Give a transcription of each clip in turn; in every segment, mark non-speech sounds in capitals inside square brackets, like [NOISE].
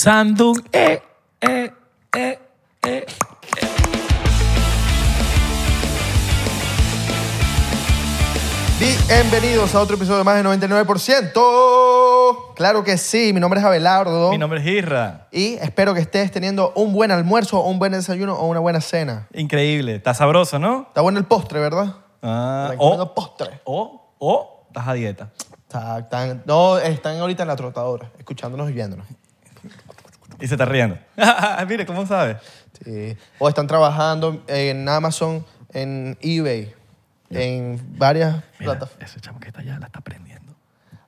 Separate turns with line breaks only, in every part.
Sandung. Eh, eh, eh, eh.
Bienvenidos a otro episodio más de 99%. Claro que sí, mi nombre es Abelardo.
Mi nombre es Irra.
Y espero que estés teniendo un buen almuerzo, un buen desayuno o una buena cena.
Increíble. Está sabroso, ¿no?
Está bueno el postre, ¿verdad?
Ah,
Están comiendo
o,
postre.
o, o, estás a dieta.
Está- están- no, están ahorita en la trotadora, escuchándonos y viéndonos.
Y se está riendo. [LAUGHS] Mire, ¿cómo sabes?
Sí. O están trabajando en Amazon, en eBay, en varias
Mira,
plataformas.
ese chamo que está allá la está prendiendo.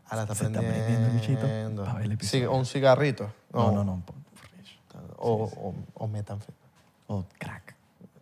Ah, la está
se está
prendiendo.
prendiendo el bichito pa' ver el
Sí,
episodio.
un cigarrito.
No, no, no.
O, o, o metanfe-
O Oh, crack. Oh.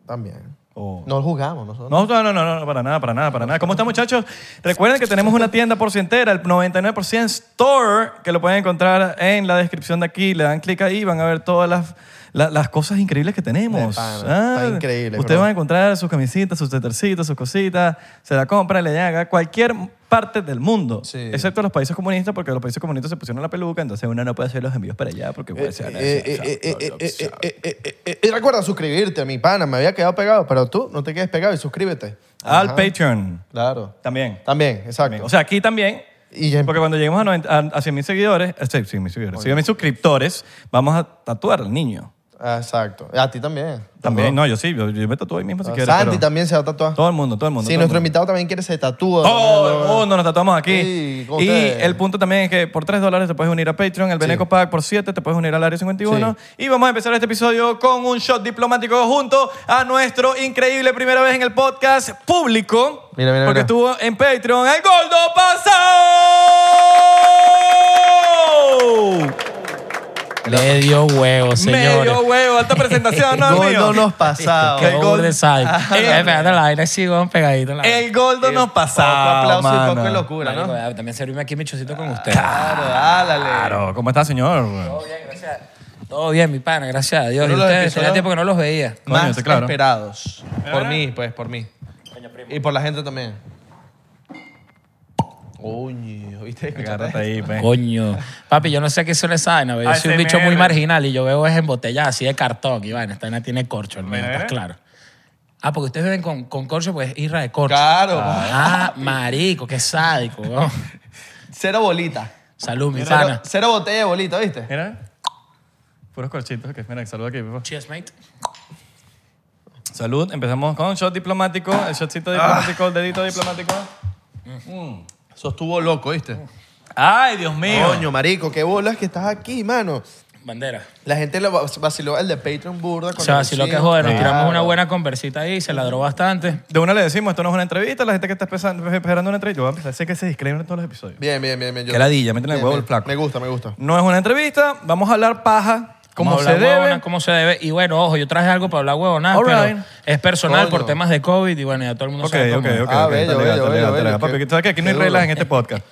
También.
O...
No jugamos nosotros.
No, no, no, no, no, para nada, para nada, para nada. ¿Cómo están, muchachos? Recuerden que tenemos una tienda porcientera, el 99% Store, que lo pueden encontrar en la descripción de aquí. Le dan clic ahí y van a ver todas las, la- las cosas increíbles que tenemos.
De pana, está increíble,
Ustedes
bro.
van a encontrar sus camisitas, sus tetercitos, sus cositas. Se la compran, le llega a cualquier parte del mundo,
Sí.
excepto los países comunistas, porque los países comunistas se pusieron la peluca, entonces uno no puede hacer los envíos para allá porque puede ser...
Eh, eh, eh, eh, eh, eh, eh, eh, eh, eh, eh, recuerda suscribirte, mi pana. Me había quedado pegado, pero tú no te quedes pegado y suscríbete.
Al
Ajá.
Patreon.
Claro.
También.
También, exacto.
También. O sea, aquí también.
Y ya- em-
Porque cuando lleguemos a, 90 a- a 100 mil seguidores, eh, sí, sí, mis seguidores, 100 mil suscriptores, vamos a tatuar al niño.
Ah, exacto. A ti también.
También, no, yo sí, yo, yo me tatúo ahí mismo si
Ah,
quieres.
Santi
pero
también se va a tatuar.
Todo el mundo, Oh, todo el mundo.
Sí,
todo el
nuestro
mundo.
invitado también quiere se tatúa.
Todo el
También,
mundo nos tatuamos aquí.
Sí, con
y
ustedes.
el punto también es que por 3 dólares te puedes unir a Patreon, el Beneco Pack por 7 te puedes unir al Área 51. Y vamos a empezar este episodio con un shot diplomático junto a nuestro increíble primera vez en el podcast público.
Mira, mira,
porque
mira.
estuvo en Patreon el Gordo Pasado.
Le dio huevo, señores.
Medio huevo, alta presentación, ¿no,
Gol
mío?
no nos pasado.
Qué
El
gol
gol-
de Sai. Eh, Pegando el aire, sí, weón, pegadito. en la-
El Gordo nos pasado.
Poco aplauso y poco
mano.
locura,
Marico,
¿no?
eh, También servirme aquí mi chocito con usted.
Claro, dálale.
Claro, ¿cómo está, señor?
Todo bien, gracias. Todo bien, mi pana, gracias a Dios.
Uno de
Y
los
ustedes,
episodios-
tenía tiempo que no los veía.
Coño,
Más
sí, claro.
esperados. Por mí, pues, por mí. Y por la gente también. Coño, ¿viste?
Agárrate ahí, pues.
Coño. Papi, yo no sé qué son esas vainas. pero Yo soy un bicho
ASMR.
muy marginal y yo veo es en botellas así de cartón. Y vaina, esta vaina tiene corcho, hermano,
Mira,
¿estás
mira.
claro? Ah, porque ustedes beben con, con corcho, pues es irra de corcho.
Claro.
Ah, marico, qué sádico, weón.
[LAUGHS] Cero bolita.
Salud, mi
Cero,
pana.
cero botella de bolita, ¿viste?
Mira. Puros corchitos. que mira, saludo aquí. pues. papá.
Cheers, mate.
Salud. Empezamos con shot diplomático. El shotcito diplomático, el dedito diplomático.
Sostuvo loco, ¿viste?
¡Ay, Dios mío!
Coño, marico, qué bolas que estás aquí, mano.
Bandera.
La gente lo va- vaciló el de Patreon burda. con
O sea,
el
si lo que
chico.
joder, nos
Claro.
tiramos una buena conversita ahí, se ladró bastante.
De una le decimos, esto no es una entrevista. La gente que está empezando- esperando una entrevista, yo voy a empezar a hacer que se disclaimer en todos los episodios.
Bien, bien, bien. bien yo-
Qué ladilla, métele el
Bien,
huevo
bien.
al flaco.
Me gusta, me gusta.
No es una entrevista. Vamos a hablar paja como
Vamos a
se
hablar
debe.
huevona, como se debe. Y bueno, ojo, yo traje algo para hablar huevonada,
All
pero
right.
es personal por
Coño.
temas de COVID y bueno, ya todo el mundo
Ok,
sabe
ok,
cómo es.
ok.
Ah,
ok, está legal,
bello,
está
bello,
legal,
bello,
está legal.
bello,
Papi,
qué-
tú sabes que aquí no hay
qué
reglas
duro.
en este podcast.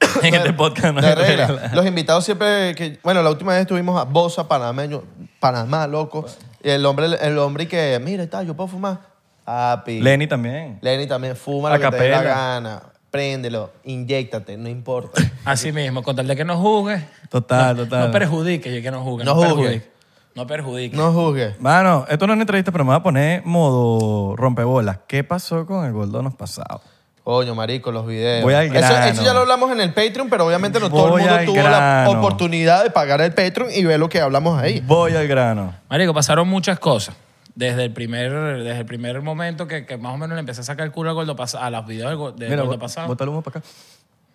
[LAUGHS]
en este podcast no hay
De regla.
reglas.
Los invitados siempre que. Bueno, la última vez estuvimos a Bosa, panameño, Panamá, loco. Y el hombre, el hombre que, mira, está, yo puedo fumar. Papi.
Lenny también.
Lenny también fuma
A
lo que te dé la
capela.
gana. Préndelo, inyéctate, no importa.
Así mismo, con tal de que no juzgues.
Total, total.
No perjudique, yo que no juzgue.
No
No,
juzgue.
perjudique. No perjudique.
No juzgues.
Mano, esto no es una entrevista, pero me voy a poner modo rompebolas. ¿Qué pasó con el Gordonos pasado?
Coño, marico, los videos.
Voy al
Eso-
grano.
Eso, ya lo hablamos en el Patreon, pero obviamente no todo
Voy
el mundo
al
tuvo la
grano.
oportunidad de pagar el Patreon y ver lo que hablamos ahí.
Voy al grano.
Marico, pasaron muchas cosas. Desde el primer, desde el primer momento que, que más o menos le empecé a sacar el culo al gordo pasado, a los videos del, go- del
Mira,
gordo
bo-
pasado.
bota el humo para acá.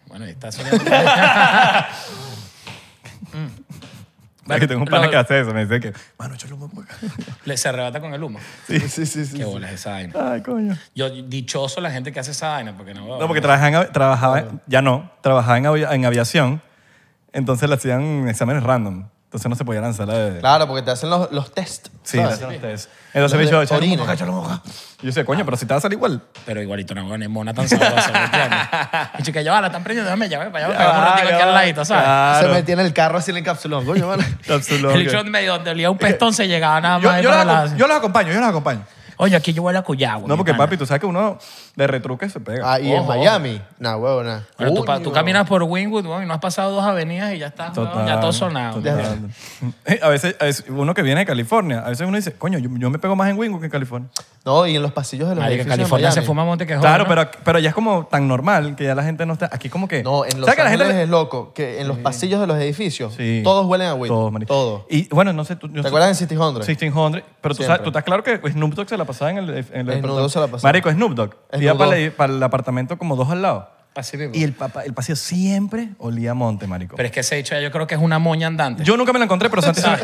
Bueno, ahí está sonando.
Aquí tengo un pana
lo-
que hace eso. Me dice que, mano, echa el humo
[LAUGHS]
para acá.
[LAUGHS] Le- se arrebata con el humo.
Sí, sí, sí. sí.
Qué bolas esa vaina.
Ay, coño.
Yo, dichoso la gente que hace esa vaina, porque Oh, no.
No, porque trabajaba, en avi- trabajaba en- ya no, trabajaba en, avi- en aviación. Entonces le hacían exámenes random. Entonces no se podía lanzar la de...
Claro, porque te hacen los, los test.
sí, le
¿sabes?
hacían los test. Entonces me
Los
dijo,
de
echa el humo
orina.
para acá, echa el humo para acá. Y yo decía, coño, pero si te va a salir
[LAUGHS]
igual.
Pero igualito no es mona tan sabrosa, ¿me entiendes?
[LAUGHS]
Y chica, ya va, la están prendiendo, déjame llamar para allá, pegamos un ratito aquí al ladito, ¿sabes?
Se
Claro.
metía en el carro así en el capsulón, coño,
[LAUGHS]
mano.
Capsulón,
El
que-
bicho medio donde olía un pestón se llegaba nada
Yo,
más. ahí
yo
para
los acom-
la-
yo los acompaño, yo los acompaño.
Oye, aquí yo huelo a cuyagua.
No,
mi
porque
pana.
papi, tú sabes que uno de retruque se pega.
Ah, y en
Ojo,
Miami. Nah, huevo, nah.
Bueno, tú, pa-
Coño.
tú caminas por Wynwood weón, y no has pasado dos avenidas y ya estás, weón,
Total,
ya todo sonado.
total. [LAUGHS] A veces, a veces uno que viene de California, a veces uno dice, coño, yo, yo me pego más en Wingwood que en California.
No, y en los pasillos de los
Marica,
edificios de
California se
Miami.
fuma monte que joda,
Claro,
¿no?
pero, pero ya es como tan normal que ya la gente no está. Aquí como que.
No, en Los
¿sabes que la
Ángeles
gente le-
es loco, que en los pasillos de los edificios
Sí.
todos huelen a weed.
Todos,
Todos,
marico. Y bueno, no sé. Tú,
¿Te acuerdas en City 100?
1600, pero tú,
Siempre.
sabes, tú estás claro que Snoop Dogg se la pasaba en el. En el
Snoop Dogg se la pasaba.
Marico, Snoop Dogg.
Snoop
Iba para
Dogg.
el, para el apartamento como dos al lado.
Así mismo.
Y el, papa- el pasillo siempre olía a monte, marico.
Pero es que ese hecho yo creo que es una moña andante.
Yo nunca me la encontré, pero Santi, se la,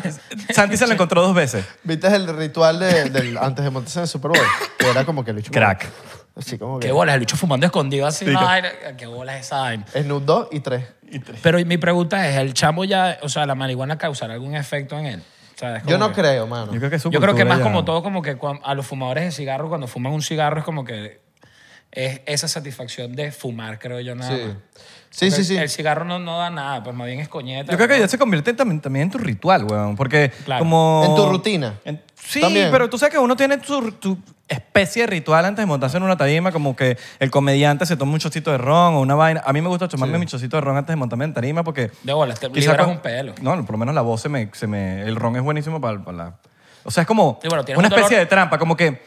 Santi se la encontró dos veces.
¿Viste el ritual de, del, [LAUGHS] antes de montarse en el Super Bowl? Que era como que el bicho-
Crack.
Así como
¿Qué
que.
bolas? El bicho fumando escondido así.
Sí,
la
que-
vaina. ¿Qué bolas esa vaina?
Snoop Dogg y tres.
Pero mi pregunta es, ¿el chamo ya, o sea, la marihuana causará algún efecto en él? O sea, es como
Yo no
que-
creo, mano.
Yo creo que, es su
Yo creo que
cultura
más
ya.
como todo, como que cuan- a los fumadores de cigarro, cuando fuman un cigarro, es como que es esa satisfacción de fumar, creo yo, nada
Sí.
más.
Sí,
Porque
sí, sí.
El cigarro no, no da nada, pues más bien es coñeta.
Yo creo que
¿no?
ya se convierte también, también en tu ritual, weón. Porque
Claro.
como...
En tu rutina.
En- sí,
También.
pero tú sabes que uno tiene su, tu especie de ritual antes de montarse en una tarima, como que el comediante se toma un chocito de ron o una vaina. A mí me gusta tomarme mi chocito de ron antes de montarme en tarima porque...
De bolas, te
quizá
liberas
con-
un pelo.
No, por lo menos la voz se me... se me- el ron es buenísimo para, para la... O sea, es como
Sí, bueno, tienes
una
un
especie
dolor-
de trampa, como que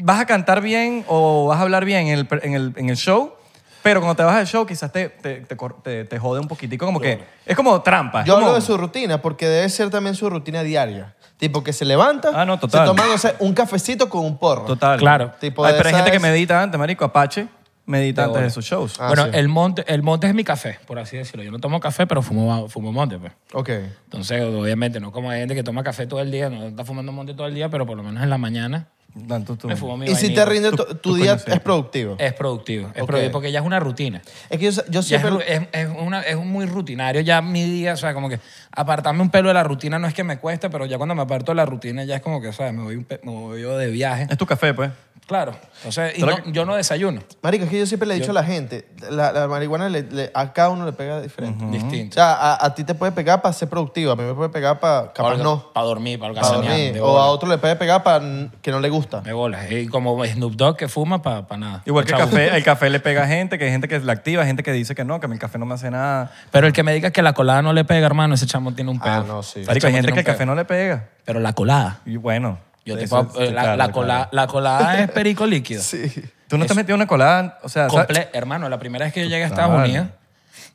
vas a cantar bien o vas a hablar bien en el, pre- en el, en el show. Pero cuando te vas al show, quizás te, te, te cor- te- te jode un poquitico, como que es como trampa. es
Yo hablo
como-
de su rutina porque debe ser también su rutina diaria. Tipo que se levanta,
Ah, no,
se
total.
toma no sé, un cafecito con un porro.
Total.
Claro.
Tipo
Ay,
de
pero hay
esas-
gente que medita antes, marico. Apache medita
De
antes de
bola.
sus shows.
Ah,
bueno,
sí.
el, monte, el monte es mi café, por así decirlo. Yo no tomo café, pero fumo, fumo monte, pues.
Ok.
Entonces, obviamente, no como hay gente que toma café todo el día, no está fumando monte todo el día, pero por lo menos en la mañana
Tanto tú.
me fumo mi
Mm. Y si te rinde,
vainilla.
tu, tu
tú
día
conoces.
es productivo.
Es productivo, es
Ok.
productivo, porque ya es una rutina.
Es que yo, yo
Ya es,
siempre...
ru- es, es una- es muy rutinario ya mi día, o sea, como que apartarme un pelo de la rutina no es que me cueste, pero ya cuando me aparto de la rutina ya es como que, ¿sabes? Me voy, un pe- me voy yo de viaje.
Es tu café, pues.
Claro. Entonces, y
Pero
no- yo no desayuno.
Marico, es que yo siempre le he dicho a la gente, la, la marihuana le- le- a cada uno le pega diferente. O
Distinto.
sea, a, a ti te puede pegar para ser productivo, a mí me puede pegar para... Capaz no.
Para dormir, para
Para
holgazanear.
dormir.
de
O
bolas.
a otro le puede pegar para que no le gusta.
De bolas. Y como Snoop Dogg que fuma, para nada.
Igual que el
Chau.
café, el café le pega a gente, que hay gente que la activa, hay gente que dice que no, que a mí el café no me hace nada.
Pero el que me diga que la colada no le pega, hermano, ese chamo tiene un pelo.
Ah, no, sí.
Marico, hay gente que el café
no...
no le pega.
Pero la colada.
Y bueno.
Yo te
eso
puedo-
es-
eh, la,
claro,
la
claro.
cola- la colada es perico líquido.
Sí.
Tú no te has metido una colada, o sea, ¿sabes?
Comple- hermano, la primera vez que yo llegué a Estados
Total.
Unidos,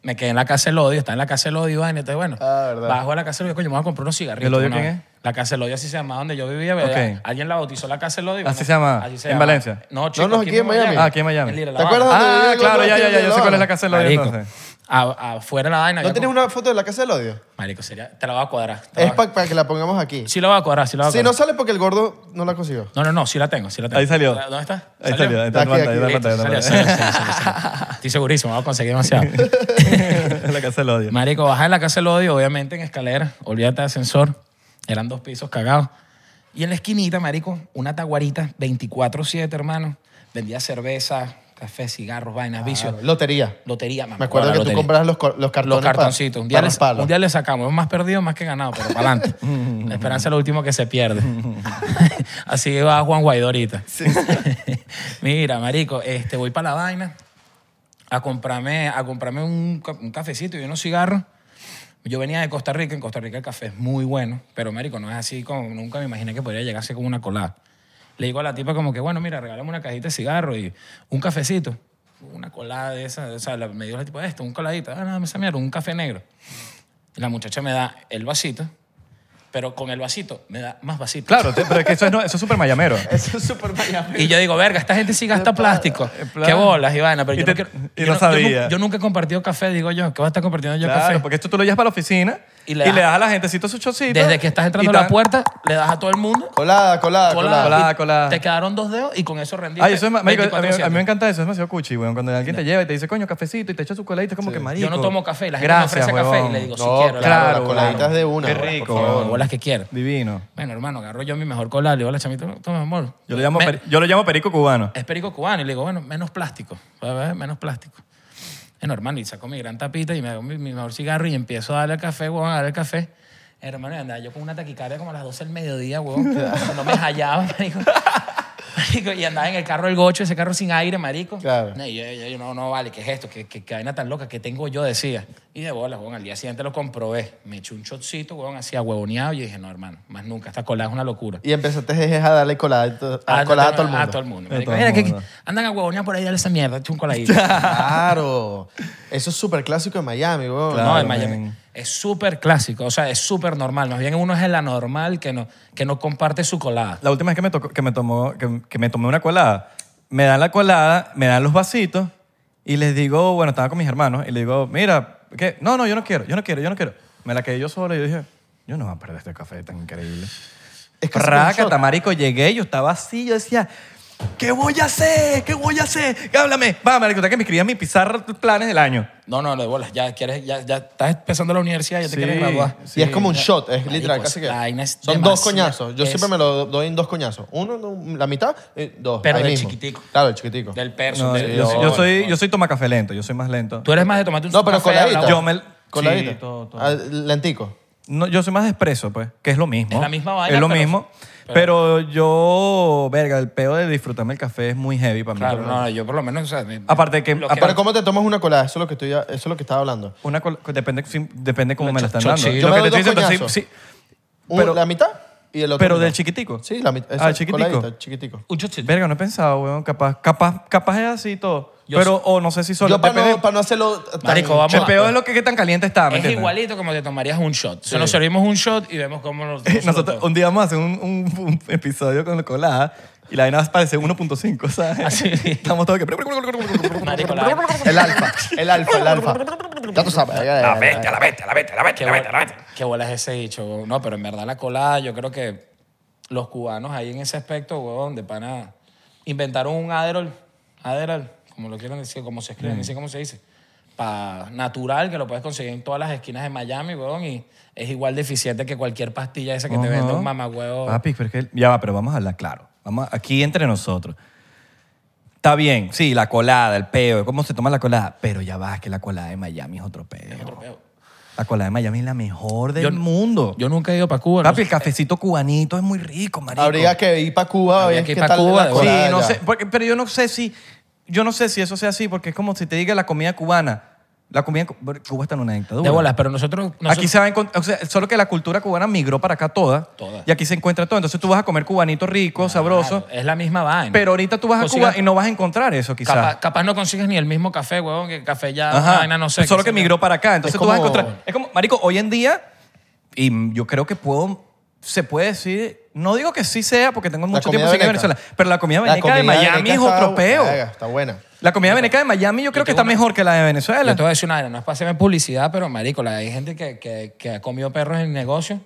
me quedé en la casa del odio, estaba en la casa del odio, vaina, entonces bueno,
Ah, verdad.
bajo a la casa del odio, coño, me voy a comprar unos cigarritos.
¿El Odio
una
quién
vez. La casa del odio, así se llamaba donde yo vivía,
Ok.
¿verdad? Alguien la bautizó la casa del odio.
Así se llama,
así
en Valencia.
No, chico,
no, aquí en Miami.
Ah, aquí en Miami.
Lira, La
¿Te
Habana.
acuerdas?
Ah,
Yo-
claro,
yo-
ya, ya, ya. Yo sé cuál es la
yo-
casa del odio,
Marico,
entonces.
a- afuera la vaina.
¿No
yo
tienes
como-
una foto de la casa del odio?
Marico, sería, te la voy a cuadrar. te la
Es
voy a-
para que la pongamos aquí.
Sí la voy a cuadrar, sí la voy a
Si
cuadrar.
Eh. no sale porque el gordo no la consiguió.
no, no, no, sí la tengo, sí la tengo.
Ahí salió.
¿Dónde está?
Ahí salió, ahí está en
Aquí,
pantalla,
aquí.
ahí está en
Salió,
pantalla,
salió, salió, salió, salió. Estoy segurísimo, voy a conseguir demasiado.
[LAUGHS] La casa del odio.
Marico, bajé en la casa del odio, obviamente en escalera, olvídate de ascensor, eran dos pisos cagados. Y en la esquinita, marico, una taguarita 24-7, hermano, vendía cerveza, café, cigarros, vainas, vicios,
Lotería.
lotería, mamá.
Me acuerdo
Ah, la
que tú
lotería.
compras los, co- los cartones.
Los cartoncitos.
pa-
Un día,
pa
le,
rasparlo.
un día le sacamos. Hemos más perdido, más que ganado, pero
[LAUGHS]
para adelante. La esperanza es lo último que se pierde. [LAUGHS] Así va Juan Guaidó ahorita. [LAUGHS] Mira, marico, este, voy para la vaina a comprarme, a comprarme un, ca- un cafecito y unos cigarros. Yo venía de Costa Rica. En Costa Rica el café es muy bueno, pero marico, no es así como nunca me imaginé que podría llegarse como una colada. Le digo a la tipa como que, bueno, mira, regálame una cajita de cigarro y un cafecito. Una colada de esa. O sea, la- me dio la tipa esto, un coladito. Ah, no, esa mierda, un café negro. Y La muchacha me da el vasito, pero con el vasito me da más vasito.
Claro, te- pero es que eso es, no, eso es súper mayamero.
Eso es súper Miami.
Y yo digo, verga, esta gente sí gasta plástico.
plan.
Qué bolas, Ivana. Pero
Y
yo,
te-
no, quiero-
y
yo
no
yo
sabía.
nu- Yo, nunca he compartido café, digo yo. ¿Qué va a estar compartiendo yo
Claro,
café?
porque esto tú lo llevas para la oficina y
Y
le
le
das,
das-
a la gente tu chocito.
Desde que estás entrando
y
a la
tan-
puerta, le das a todo el mundo.
Colada, colada, colada.
Colada,
colada,
y
colada.
Te quedaron dos dedos y con eso rendiste.
Ay, eso es, ma- marico, a, mí, a
24/7.
mí me encanta eso, es demasiado cuchi, weón. Cuando alguien te lleva y te dice, coño, cafecito, y te echa su coladita, es como que marico.
Yo no tomo café, la gente
gracias,
me ofrece café
huevón.
y le digo, si
No,
quiero. la
claro,
verdad,
las
weón.
coladitas de una.
Qué
por
rico.
por favor,
weón.
bolas que quiero.
Divino.
Bueno, hermano, agarro yo mi mejor cola, le digo a la chamita, toma, amor.
Yo lo llamo,
Me-
peri- yo lo llamo perico cubano.
es perico cubano. Y le digo, bueno, menos plástico. A ver, Menos plástico. Bueno, hermano, y saco mi gran tapita y me hago mi, mi mejor cigarro y empiezo a darle al café, huevón, a darle al café. Hermano, y andaba yo con una taquicardia como a las 12 del mediodía, huevón. No me hallaba, [LAUGHS] marico. marico, y andaba en el carro el gocho, ese carro sin aire, marico.
Claro.
No, y yo, yo- yo, no, no vale, ¿qué es esto? ¿Qué, qué, qué vaina tan loca? ¿Qué tengo yo? Decía. Y de bola, weón, al día siguiente lo comprobé. Me eché un shotcito, weón, así huevoneado y dije, no, hermano, más nunca, esta colada es una locura.
Y empezaste es, a darle colada a to- a,
Ah,
colada a
no,
todo el
no,
mundo.
A todo el mundo.
A
marico.
todo el
Mira, que-
mundo.
que andan a huevonear por ahí, dale esa mierda, echa un
[LAUGHS]
coladito.
Claro. Eso es súper clásico en Miami, weón.
Claro.
no, en Miami.
men.
Es súper clásico, o sea, es súper normal. Más bien uno es el anormal que no, que no comparte su colada.
La última vez que me, tocó- que me, tomó, que, que me tomé una colada, me dan la colada, me dan los vasitos y les digo, bueno, estaba con mis hermanos y les digo, mira, ¿qué? No, no, yo no quiero, yo no quiero, yo no quiero. Me la quedé yo solo y yo dije, yo no voy a perder este café tan increíble.
Es que se pone un shot.
Rácata, marico, llegué, yo estaba así, yo decía, ¿qué voy a hacer? ¿Qué voy a hacer? Háblame. Va, marico, usted que me escribía mi pizarra tus planes del año.
No, no, de bolas. Ya, quieres, ya, ya estás empezando la universidad, ya te
Sí.
quieres graduar.
Sí.
Y es como un shot, es
Marico,
literal,
es-
casi que.
la vaina es
son dos
demasiado-
coñazos. Yo
es-
siempre me lo doy en dos coñazos. Uno, no, la mitad, y dos.
Pero
ahí
del
mismo.
chiquitico.
Claro, el chiquitico.
Del perso.
No,
del-
yo,
no,
yo
no,
soy, yo soy toma café lento, yo soy más lento.
Tú eres más de tomarte un
No, pero
café a la
coladita.
hora.
Yo me-
Coladita.
Sí, todo, todo.
Ah, Lentico.
No, yo soy más de expreso, pues, que es lo mismo.
Es la misma vaina,
Es lo
pero-
mismo. Pero, yo, verga, el peo de disfrutarme el café es muy heavy para mí.
Claro, no, no, yo por lo menos. o sea, me-
Aparte que-
lo
aparte-
Pero ¿cómo te tomas una colada? Eso es lo que, estoy, eso es lo que estaba hablando.
Una col- depende, sí, depende cómo me la están
cho-
dando.
sí.
Yo
Lo
me
que
doy
te estoy
dos
diciendo, sí,
coñazos.
sí.
Un-
Pero-
la mitad y el otro.
Pero
mitad.
del chiquitico.
Sí, la mitad.
Ah,
esa
chiquitico.
coladita, chiquitico.
Un chocito.
Verga, no he pensado, weón. Capaz, capaz, capaz es así y todo.
Yo
pero,
sí.
o no sé si solo.
Yo para
depende-
no, para no hacerlo tan
Marico, vamos
el
a-
peo es lo que, qué tan caliente está, ¿me
Es
entiendes? [LAUGHS]
igualito como te tomarías un shot. Solo servimos un shot y vemos cómo nos.
Nosotros un día vamos a hacer un, un- un episodio con la colada y la vaina parece 1.5, ¿sabes?
Así.
[LAUGHS] Estamos todos que...
Marico, la vaina-
El alfa, el alfa, el alfa. Ya tú sabes. La bestia, la bestia.
Qué, bola- qué bola es ese dicho, huevón. No, pero en verdad la colada, yo creo que los cubanos ahí en ese aspecto, huevón, de pana, inventaron un Aderol, Aderol, como lo quieran decir, como
Mm.
se escribe, no sé cómo se dice, pa natural, que lo puedes conseguir en todas las esquinas de Miami, huevón, y es igual de eficiente que cualquier pastilla esa que te vende un mamagüevo.
Papi, pero es que... Ya va, pero vamos a hablar claro. Vamos a- aquí entre nosotros. Está bien, sí, la colada, el peo, cómo se toma la colada. Pero ya va, es que la colada de Miami es otro peo.
huevo.
La colada de Miami es la mejor del
Yo-
mundo.
Yo nunca he ido para Cuba. no
Papi,
sé.
el cafecito cubanito es muy rico, marico.
Habría que ir para Cuba.
Habría
ver
que ir
qué
pa'
tal
Cuba,
la
de
Sí,
colada
no
allá.
sé, porque- pero yo no sé si yo no sé si eso sea así porque es como si te diga la comida cubana, la comida cu- Cuba está en una dictadura.
de bolas, pero nosotros... nosotros-
Aquí se va a encont- o sea, solo que la cultura cubana migró para acá toda,
Toda.
y aquí se encuentra todo. Entonces tú vas a comer cubanito rico, sabroso,
Claro, es la misma vaina.
pero ahorita tú vas a
Consiga-
Cuba y no vas a encontrar eso quizás.
Capaz, capaz no consigues ni el mismo café, huevón, que café ya,
Ajá.
una vaina no sé.
Solo
qué
que
sé yo.
migró para acá. Entonces
Es
tú vas a
como-
encontrar. Es como, Marico, hoy en día, y yo creo que puedo. Se puede decir, no digo que sí sea, porque tengo mucho
comida
tiempo sin ir a
veneca.
Venezuela, pero la comida veneca
La
de
comida
Miami
veneca
es
está-
otro peo.
Verga, Está buena.
La comida veneca de Miami yo creo que
tengo
está
una-
mejor que la de
Yo te
Venezuela.
voy a decir una vaina, no es para hacerme publicidad, pero marico, la- hay gente que, que, que ha comido perros en el negocio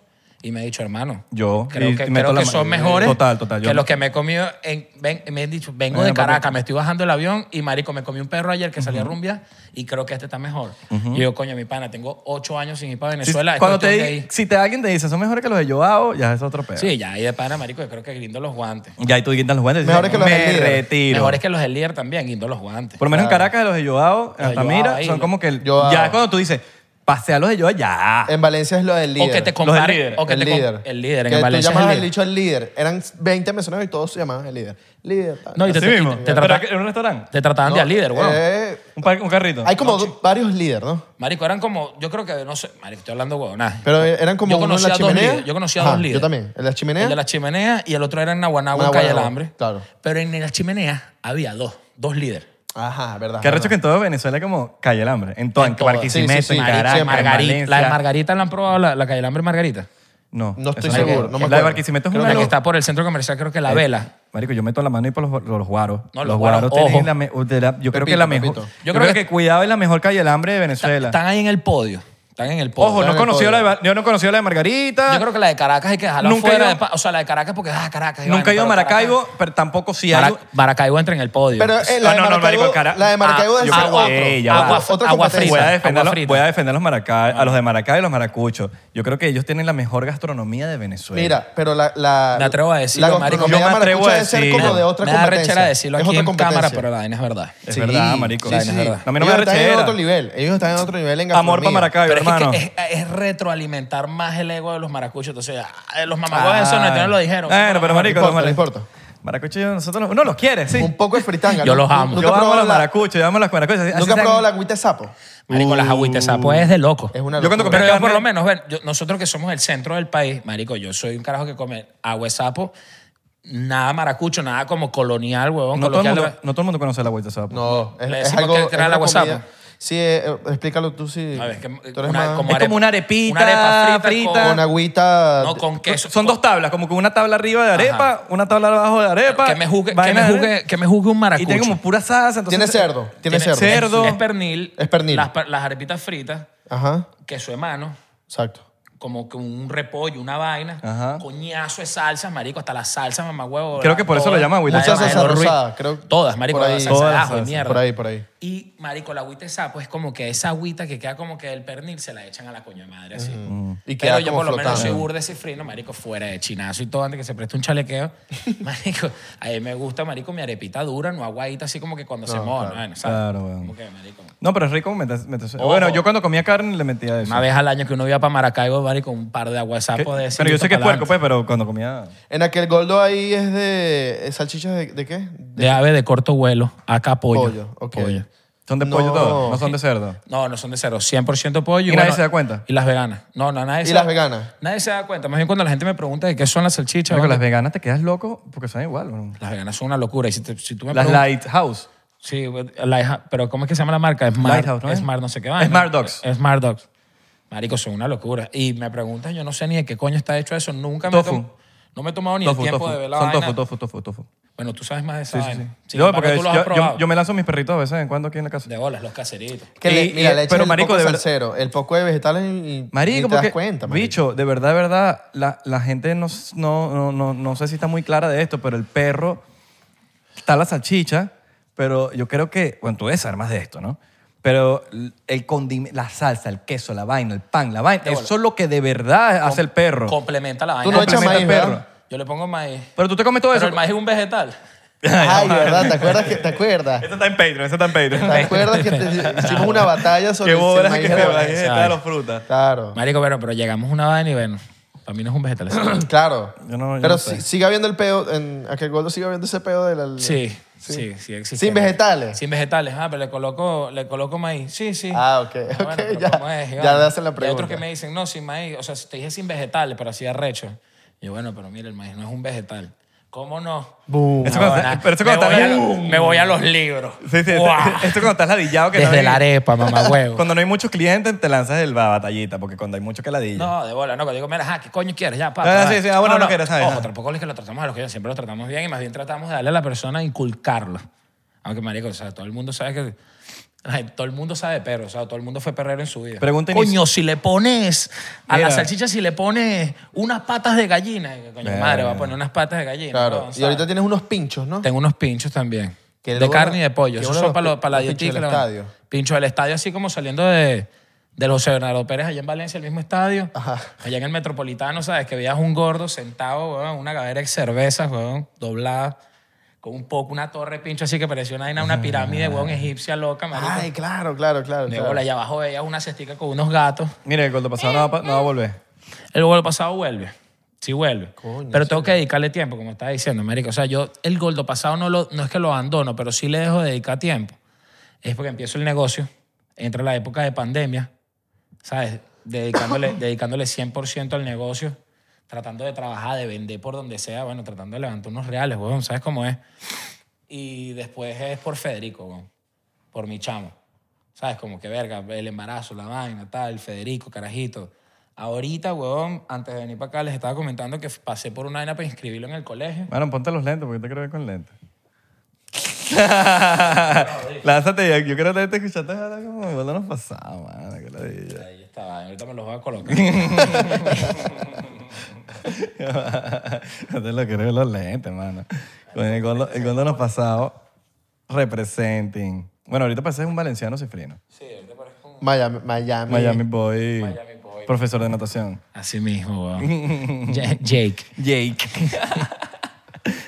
y me ha dicho, hermano,
Yo,
creo
y-
que,
y meto
creo
la
que
ma-
son mejores
Total, total, yo-
que los que me he comido. en- ven- me han dicho, vengo
Bueno,
de
papi.
Caracas, me estoy bajando el avión y marico, me comí un perro ayer que salía a rumbia y creo que este está mejor. Y yo, coño, mi pana, tengo ocho años sin ir para
Si,
Venezuela. es
cuando
cuestión
te,
de
di-
ir.
si te alguien te dice son mejores que los de Joao, ya es otro peo.
Sí, ya, ahí de pana, marico, yo creo que grindo los guantes.
Ya ahí tú quitas los guantes. y dices,
Mejores que los
Me
del líder".
retiro.
Mejores que los del líder también, grindo los guantes.
Por lo menos en Caracas, los de Joao, en
de Joao
Altamira,
ahí,
son
lo-
como que. el-
Joao. Eh,
Ya es cuando tú dices, pasé a los de Joao, ya.
En Valencia es lo del líder.
O que te
Los del
compare.
líder,
o que
el
te com-
líder.
El líder,
que
en Valencia.
Tú
es el
llamabas al
líder.
dicho el líder. Eran 20 mencionados y todos se llamaban el líder. Líder. tal.
No, y te,
Así
te-
mismo.
te
Pero
trata-
¿En un restaurante?
te trataban de al líder, weón.
eh,
¿Un, par- un carrito?
hay como do- varios líderes, ¿no?
Marico, eran como, yo creo que, no sé, marico, estoy hablando huevonada.
Pero eran como
Yo
uno en
conocí
la
a dos
chimenea.
líderes, yo conocí a
Ajá,
dos líderes.
Yo también. En la chimenea.
El de la chimenea y el otro era en Naguanagua, en Calle
Naguanagua,
del Hambre.
claro.
Pero en la chimenea había dos, dos líderes.
Ajá, verdad.
Que arrecho que
verdad.
en todo Venezuela como calle el hambre. En todo, en
todas,
Barquisimeto,
sí, sí, sí.
en
Marico,
Caracas,
en
en
Margarita,
Valencia.
la de Margarita la han probado, la, la Calle del Hambre Margarita.
No,
No estoy
esa
seguro,
La
no me
de
acuerdo.
Barquisimeto es
Creo
una
la que
lo-
está por el centro comercial, creo que la vela.
Marico, yo meto la mano y por los, los guaros.
No,
los
los
guaros
guaros,
tienen
ojo.
la, me- de la- Yo creo que
Pepito,
la mejor.
Pepito.
Yo creo que cuidado es la mejor calle el hambre de Venezuela.
Están ahí en el podio. Están en el podio.
Ojo,
Están
no
en el
conocí la de,
podio.
Bar- yo no conocí la de Margarita.
Yo creo que la de Caracas hay que dejarla
Nunca he
fuera.
ido-
de pa- o sea, la de Caracas porque, ah, Caracas. y
Nunca
vaina,
he ido a
pero
Maracaibo,
Caracas-
pero tampoco si hay.
Mara- Maracaibo entra en el podio.
Pero eh, la,
No, no,
de
no,
Maracaibo,
marico, cara-
la de Maracaibo
Ah,
es
yo creo-
otro.
Ey, ya va.
Agua- otra
Agua
competencia.
Voy a
frita.
defender, a
agua
los-
frita.
voy a defender a los maraca- a los de Maracaibo y los maracuchos. Yo creo que ellos tienen la mejor gastronomía de Venezuela.
Mira, pero la. la
Me atrevo a decirlo,
La
marico.
gastronomía
Yo me atrevo
maracucha
a
debe ser
decirlo.
como de otra
me da
competencia.
rechera decirlo
Es
aquí
otra
en cámara,
competencia.
pero la vaina es verdad.
Es verdad, marico.
Sí,
La vaina
sí.
es verdad. A mí no me
Ellos
da
están en
rechera.
otro nivel. Ellos están en otro nivel en
Amor para
gastronomía.
Maracaibo,
Pero es, que-
hermano.
que es, es retroalimentar más el ego de los maracuchos. Entonces, ah, los mamagüeos de eso
Ay.
no, no lo dijeron.
Bueno, pero
No
marico,
importa,
los mara-
no importa.
Maracuchos, yo- nosotros no- uno los quiere, sí.
Un poco de fritanga.
Yo
¿no?
los amo.
Nunca
Yo
he
amo
probado
los
la-
maracuchos, yo amo las maracuchas. así
Nunca he
sean-
probado la agüita de sapo.
Marico, las agüitas de sapo es de loco.
Es una
Yo cuando
locura.
compré-
Pero yo por
carne-
lo menos, ver, yo- nosotros que somos el centro del país, marico, yo soy un carajo que come agua de sapo, nada maracucho, nada como colonial, huevón.
No todo, el
coloquial,
mundo, no todo el mundo conoce la vuelta, ¿sabes?
No, es,
Le
es
decimos
algo.
que era
es una
el agua de
comida.
sapo.
Sí, eh, eh, explícalo tú sí.
A ver, que
tú eres
una-
más-
Es como una arepita
una arepa frita,
frita.
con agüita.
No, con queso.
Son dos tablas, como que una tabla arriba de arepa,
Ajá.
una tabla abajo de arepa.
Que me jugue, que
vaina
me
de-
jugue, que me jugue un maracucho.
Y tiene como pura salsa. entonces-
Tiene cerdo. Tiene cerdo.
cerdo.
Es pernil.
Es pernil.
Las, pa- las arepitas fritas,
Ajá,
queso de mano,
exacto.
como que un repollo, una vaina,
Ajá.
coñazo de salsa, marico, hasta la salsa, mamá huevo.
Creo que por eso lo llaman agüita
de Mucha sapo. salsa rosada, creo.
Todas, marico,
Por
la
ahí.
salsa
Todas
de
las
ajo y
salsas,
mierda.
Por ahí, por ahí.
Y, marico, la agüita de sapo es como que esa agüita que queda como que el pernil se la echan a la coña madre así.
Y
Pero
queda
yo
como
por lo menos soy
flotando.
burda de cifrino, marico, fuera de chinazo y todo, antes que se preste
[LAUGHS]
un chalequeo. Marico, a mí me gusta, marico, mi arepita dura, no aguadita, así como que cuando se moja, ¿no? ¿sabes?
Claro, weón.
Como que, marico,
No, pero es rico meterse- meterse-
Oh.
Ojo.
Bueno, yo cuando comía carne le metía eso.
Una vez al año que uno iba para Maracaibo, marico, un par de
Que-
aguasapos de
pero yo sé que es
puerco,
puerco, pues, pero cuando comía...
En aquel goldo ahí es de. es ¿Salchichas de, de qué? De
De ave de corto vuelo, acá pollo.
pollo. ok.
Pollo.
Son de
No.
pollo todos, no son de cerdo.
No, no son de cero, 100% pollo.
¿Y nadie se da cuenta?
Y las veganas. No, no, nadie
¿Y
se
las veganas?
Nadie se da cuenta. Más bien cuando la gente me pregunta de qué son las salchichas.
Pero con
¿vale?
las veganas te quedas loco porque son igual. weón.
Las veganas son una locura. Y si, te- si tú me
Las
preguntas-
Lighthouse.
Sí, güey, Lighthouse, pero ¿cómo es que se llama la marca? Smart,
Lighthouse, ¿no es?
Smart no sé qué vaina.
Smart Dogs.
Smart Dogs. Marico, son una locura. Y me preguntan, yo no sé ni de qué coño está hecho eso. Nunca me
Tofu.
tom- No me he tomado ni
Tofu,
el tiempo
tofu.
de ver la
Son
vaina.
tofu, tofu, tofu, tofu.
Bueno, tú sabes más de esa
Sí, sí,
vaino.
sí.
Sin
Yo,
embargo,
porque
tú los
yo-
has
yo-
probado.
yo me lanzo mis perritos de vez en cuando aquí en la casa.
De bolas, los caseritos.
Que le-
Y-
mira,
y-
le echan
pero,
el
marico,
poco
de verdad-
salsero, el poco de vegetales y, y
Marico,
ni te
porque,
das cuenta, marico.
bicho, de verdad, de verdad, la, la gente no, s- no, no, no, no sé si está muy clara de esto, pero el perro está la salchicha, pero yo creo que, bueno, tú debes saber más de esto, ¿no? Pero el condimento, la salsa, el queso, la vaina, el pan, la vaina, eso es lo que de verdad hace el perro.
Complementa la
Tú
vaina.
no echas
Complementa
maíz,
al
¿verdad?
perro.
Yo le pongo maíz.
Pero tú te comes todo
Pero el
eso.
maíz es un vegetal.
[LAUGHS]
Ay, ¿verdad? ¿Te acuerdas que te acuerdas?
Eso está en Patreon, eso está en [LAUGHS]
¿Te
Patreon.
acuerdas que te- hicimos una batalla sobre
Qué
si
bolas
maíz
que
era
se
bueno?
va a las frutas.
Claro,
Marico, bueno, pero llegamos a una vaina y bueno, para mí no es un [COUGHS] vegetal. eso.
[CLEARS THROAT] claro.
Yo no- yo
Pero
no sé.
si- sigue habiendo el peo, en aquel goldo sigue habiendo ese peo de la...
Sí, sí, sí, existe.
Sin vegetales.
Sin vegetales, ah, pero le coloco, le coloco maíz. Sí, sí.
Ah, ok,
Ah,
ok,
pero
ya.
¿cómo es? Y
Ya
vale.
le hacen la
Y Hay
pregunta.
otros que me dicen, no, sin maíz. O sea, si te dije sin vegetales, pero así arrecho. Y yo, bueno, pero mira, el maíz no es un vegetal. ¿Cómo no?
Boom.
Eso cuando-
Ahora,
pero eso
me,
cuando
voy
estás-
a, los- me voy a los libros.
Sí, sí, [LAUGHS]
Guau.
esto, esto cuando estás ladillado. Que no
Desde
hay-
la arepa, mamá huevo.
Cuando no hay muchos clientes, te lanzas el ba- batallita, porque cuando hay mucho que ladilla.
No, de bola, no. Cuando digo, mira, ajá, ¿qué coño quieres? Ya,
Ah,
papá.
sí, sí, ah, bueno, no quieres, ¿sabes?
Ojo,
Ah.
tampoco es que lo tratamos a los que siempre lo tratamos bien y más bien tratamos de darle a la persona, inculcarlo. Aunque, marico, o sea, todo el mundo sabe que... ay, todo el mundo sabe de perro, o sea, todo el mundo fue perrero en su vida.
Pregunta
coño,
inici-
si le pones a
Mira.
la salchicha, si le pones unas patas de gallina, y, coño,
Verga.
madre, va a poner unas patas de gallina.
Claro.
weón,
Y ahorita
¿sabes?
tienes unos pinchos, ¿no?
Tengo unos pinchos también.
Que
de
luego-
carne y de pollo.
que
Esos
uno
son
los
para,
pi-
la
los pinchos
dietica.
del
la vaina.
estadio.
Pincho del estadio, así como saliendo de, del José Bernardo Pérez allá en Valencia, el mismo estadio.
Ajá.
Allá en el Metropolitano, ¿sabes? Que veías un gordo sentado, weón, una cadera de cervezas, weón, doblada, con un poco, una torre pincho así que parecía una, vaina, una pirámide, weón, egipcia loca, marico.
Ay, claro, claro, claro.
de
claro.
bola, allá abajo veías una cestica con unos gatos.
Mire, el goldo pasado no va, a pa- no va a volver.
El gol pasado vuelve. Sí vuelve.
Coño,
pero tengo que dedicarle tiempo, como estaba diciendo, marico. O sea, yo el goldo pasado no, lo, no es que lo abandono, pero sí le dejo de dedicar tiempo. Es porque empiezo el negocio, entra la época de pandemia, ¿sabes? Dedicándole, dedicándole 100% al negocio, tratando de trabajar, de vender por donde sea, bueno, tratando de levantar unos reales, weón, ¿sabes cómo es? Y después es por Federico, weón, por mi chamo. ¿Sabes? Como que verga, el embarazo, la vaina, tal, Federico, carajito. Ahorita, weón, antes de venir para acá les estaba comentando que pasé por una vaina para inscribirlo en el colegio.
Bueno, ponte los lentes, porque yo te quiero ver con lentes. [LAUGHS] Lánzate, yo, yo quiero que te escuchaste ahora como goldo nos pasado, mano. Que [LAUGHS] ladilla.
Ahí estaba, ahorita me los voy a colocar.
Yo te lo quiero ver los lentes, mano. Con el goldo, el goldo nos pasado, representing. Bueno, ahorita pasé un valenciano cifrino.
Miami, Miami.
Miami Boy. Profesor de natación.
[LAUGHS] Así mismo, weón. Ja- Jake.
Jake.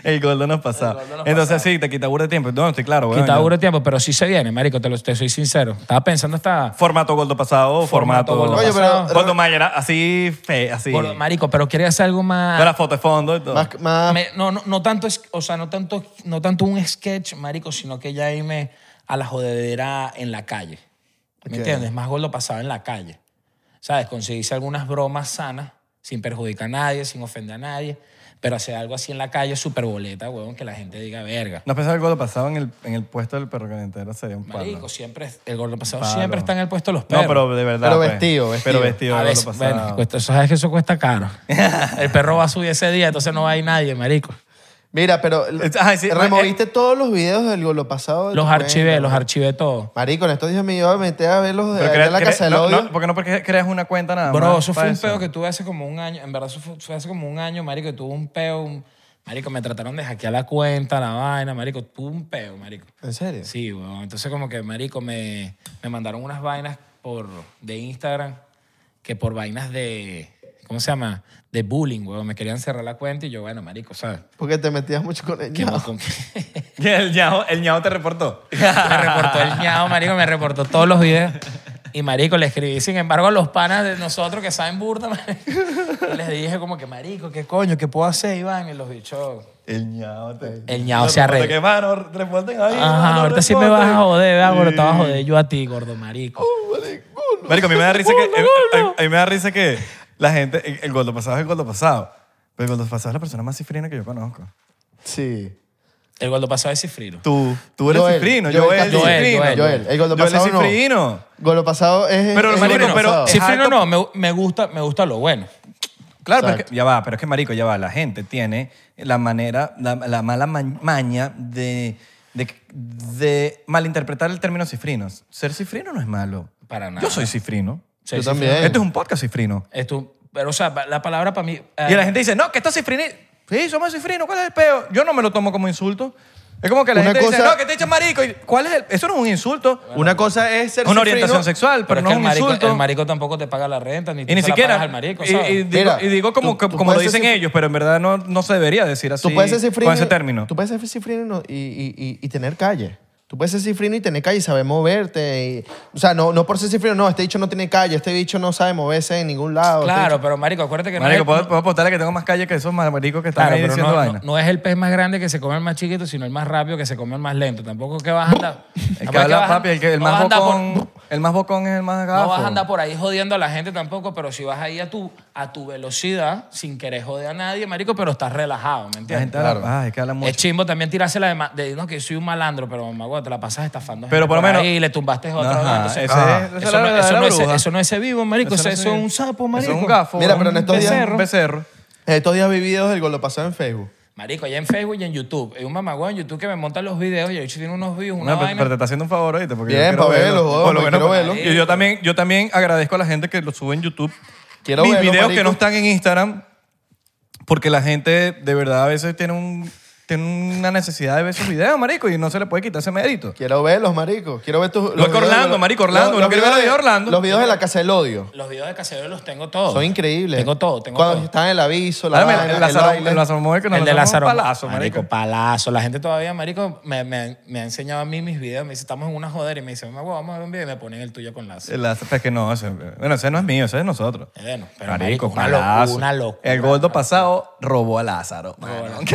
El gordo nos pasa. Entonces sí, te quita burda de tiempo. No, estoy claro, weón.
Quita duro tiempo, pero sí se viene, marico, te, lo, te soy sincero. Estaba pensando hasta...
Formato gordo pasado, formato...
Formato gordo
Oye, pero-
Gordo Mayer, así, fe, así.
Gordo, marico, pero quería hacer algo más...
Con la foto de fondo y todo.
Más, más-
Me- no, no, no tanto, es- o sea, no tanto, no tanto un sketch, marico, sino que ya irme a la jodedera en la calle. ¿Me
Ok.
entiendes? Más gordo pasado en la calle. ¿Sabes? Conseguirse algunas bromas sanas, sin perjudicar a nadie, sin ofender a nadie, pero hacer algo así en la calle súper boleta, huevón, que la gente diga verga.
No pensaba que el gordo pasado en el, en el puesto del perro calentero sería un palo.
Marico, siempre, es- el gordo pasado
Palo.
siempre está en el puesto de los perros.
No, pero de verdad.
Pero
pues.
vestido, vestido.
Pero vestido,
A
el
veces,
gordo
bueno,
pasado.
cuesta- sabes que eso
[LAUGHS]
cuesta caro. el perro va a subir ese día, entonces no va a ir nadie, marico.
Mira, pero
Ah, sí,
removiste todos los videos del lo pasado. de
Los
tu
archivé,
cuenta,
los
weón.
archivé todo.
Marico, en estos días me iba a meter a ver los de
Pero
allá
crea-
en la
crea-
casa del
no,
odio.
no, ¿Por qué no porque creas una cuenta nada más?
Bro, eso fue
para
un peo que tuve hace como un año. En verdad, eso fue, fue hace como un año, marico. que Tuve un peo. un- Marico, me trataron de hackear la cuenta, la vaina, marico. Tuve un peo, marico.
¿En serio?
Sí, weón. Entonces, como que, marico, me, me mandaron unas vainas por, de Instagram que por vainas de... ¿Cómo se llama? De bullying, weón. Me querían cerrar la cuenta y yo, bueno, marico, ¿sabes?
Porque te metías mucho con el
Que [LAUGHS]
ñao.
con-
Y [LAUGHS] El ñao, el ñao te reportó.
me reportó el ñao, marico, me reportó todos los videos. Y marico, le escribí, sin embargo, a los panas de nosotros que saben burda, marico, y les dije como que, marico, ¿qué coño? ¿Qué puedo hacer, Iván? Y los bichos...
El ñao te.
El ñao
Lo
se
reportó
arregla.
Que mano, reporten ahí.
Ajá,
mano,
ahorita sí me vas a
reporten.
joder, ¿verdad? Bueno, te vas a joder yo a ti, gordo marico.
Marico, a mí me da risa que.
[LAUGHS]
a mí- A mí me da risa que la gente. El, el gordo pasado es el gordo pasado. Pero el gordo pasado es la persona más cifrina que yo conozco.
[LAUGHS] Sí.
El gordo pasado es cifrino.
Tú, tú eres
Joel,
cifrino.
Joel
Yo es
Castillo.
Joel,
cifrino.
Joel.
Joel, el gordo
Joel es
pasado no.
cifrino.
Golo pasado es.
Pero,
es
marico,
golo
pero-
pasado.
sí.
Cifrino
Exacto.
no, me, me gusta, me gusta lo bueno.
Claro, pero es
Exacto.
que- ya va, pero es que marico, ya va, la gente tiene la manera, la, la mala ma- maña de, de, de malinterpretar el término cifrinos. Ser cifrino no es malo.
Para nada.
Yo soy cifrino.
Sí,
Yo
sí,
también.
Este es un podcast cifrino.
Es tu- pero, o sea, pa- la palabra para mí... eh,
Y la gente dice, no, que estás cifrino. Sí, somos cifrinos, ¿cuál es el peo? Yo no me lo tomo como insulto. Es como que la
Una
gente dice,
cosa-
no, que te echas marico. Y, ¿Cuál es el- Eso no es un insulto.
Una cosa es ser.
Es una
cifrino.
orientación sexual, pero,
es
no
que
es
el
un
marico,
insulto.
el marico tampoco te paga la renta, ni, tú
Y ni
se la
siquiera.
pagas al marico,
y,
¿sabes?
y digo,
Mira,
y digo como,
tú-
que-
tú
como lo
puedes ser
dicen
cif-
ellos, pero en verdad no, no se debería decir así.
Tú puedes ser cifrino.
Con ese término.
Tú puedes ser cifrino y no- y, y- y- y tener calle. Tú puedes ser cifrino y tener calle y saber moverte. y- o sea, no, no por ser cifrino, no. Este bicho no tiene calle. Este bicho no sabe moverse en ningún lado. este
Claro, pero marico, acuérdate que
Marico,
no es,
puedo, puedo apostarle que tengo más calle que esos maricos que están
claro,
ahí
pero
diciendo
no,
vaina.
no- no es el pez más grande que se come el más chiquito, sino el más rápido que se come el más lento. Tampoco que vas a andar...
[LAUGHS] El
tampoco
que
es
habla,
vas a-
papi, el, que, el
no vas
más
a andar por-
bocón, el más bocón es el más gafo.
No vas a andar por ahí jodiendo a la gente tampoco, pero si vas ahí a tu, a tu velocidad, sin querer joder a nadie, marico, pero estás relajado, ¿me
La
entiendes?
gente habla, ay, es que habla mucho.
Es chimbo también tirarse la de, ma- de- no, que yo soy un malandro, pero mamá, güey, te la pasas estafando.
Pero por lo menos-
Y le tumbaste otra.
Ajá,
¿no? Entonces,
ese- esa
ah,
es la
eso no- eso
verdadera
no es-
bruja.
eso no es ese vivo, marico. Eso,
no
eso es
sé.
un sapo,
Eso
marico.
es un gafo.
Mira,
un
pero en estos días-
becerro. becerro.
Estos días vi videos del golo pasado en Facebook.
Marico, allá en Facebook y en YouTube. Hay un mamagüey en YouTube que me monta los videos y el bicho tiene unos views, una
No, pero,
vaina.
pero te está haciendo un favor ahorita. Porque yo
Bien,
quiero
pa' verlo,
verlo.
joder,
Por lo
porque
menos-
quiero verlo.
Yo, yo también, yo también agradezco a la gente que lo sube en YouTube.
Quiero
Mis
verlo,
videos que
marico.
no están en Instagram, porque la gente de verdad a veces tiene, un, tiene una necesidad de ver sus videos, marico, y no se le puede quitar ese mérito.
Quiero verlos, marico. Quiero ver tus. los
Loco,
videos de-
Orlando, marico, Orlando. No quiero ver los videos de Orlando.
Los videos de la casa del odio.
Los videos de Casero los tengo todos.
Son increíbles.
Tengo todo, tengo
Cuando
todo.
están en el aviso, la
Dame
vaina,
el,
el
Lázaro-
baile.
el Lázaro Móvil [LAUGHS] que nos
el de
lanzamos un
Lázaro.
palazo, marico.
palazo. La gente todavía, marico, me, me- me ha enseñado a mí mis videos. Me dice, estamos en una jodera. Y me dice, mamá, huevo, vamos a ver un video. Y me ponen el tuyo con lazo.
El Lázaro, es que no, ese- bueno, ese no es mío, ese es de nosotros.
Bueno, Eh, pero marico, una
Eh, palazo.
locura, una locura.
El gordo pasado robó a Lázaro. [LAUGHS] mano.
Que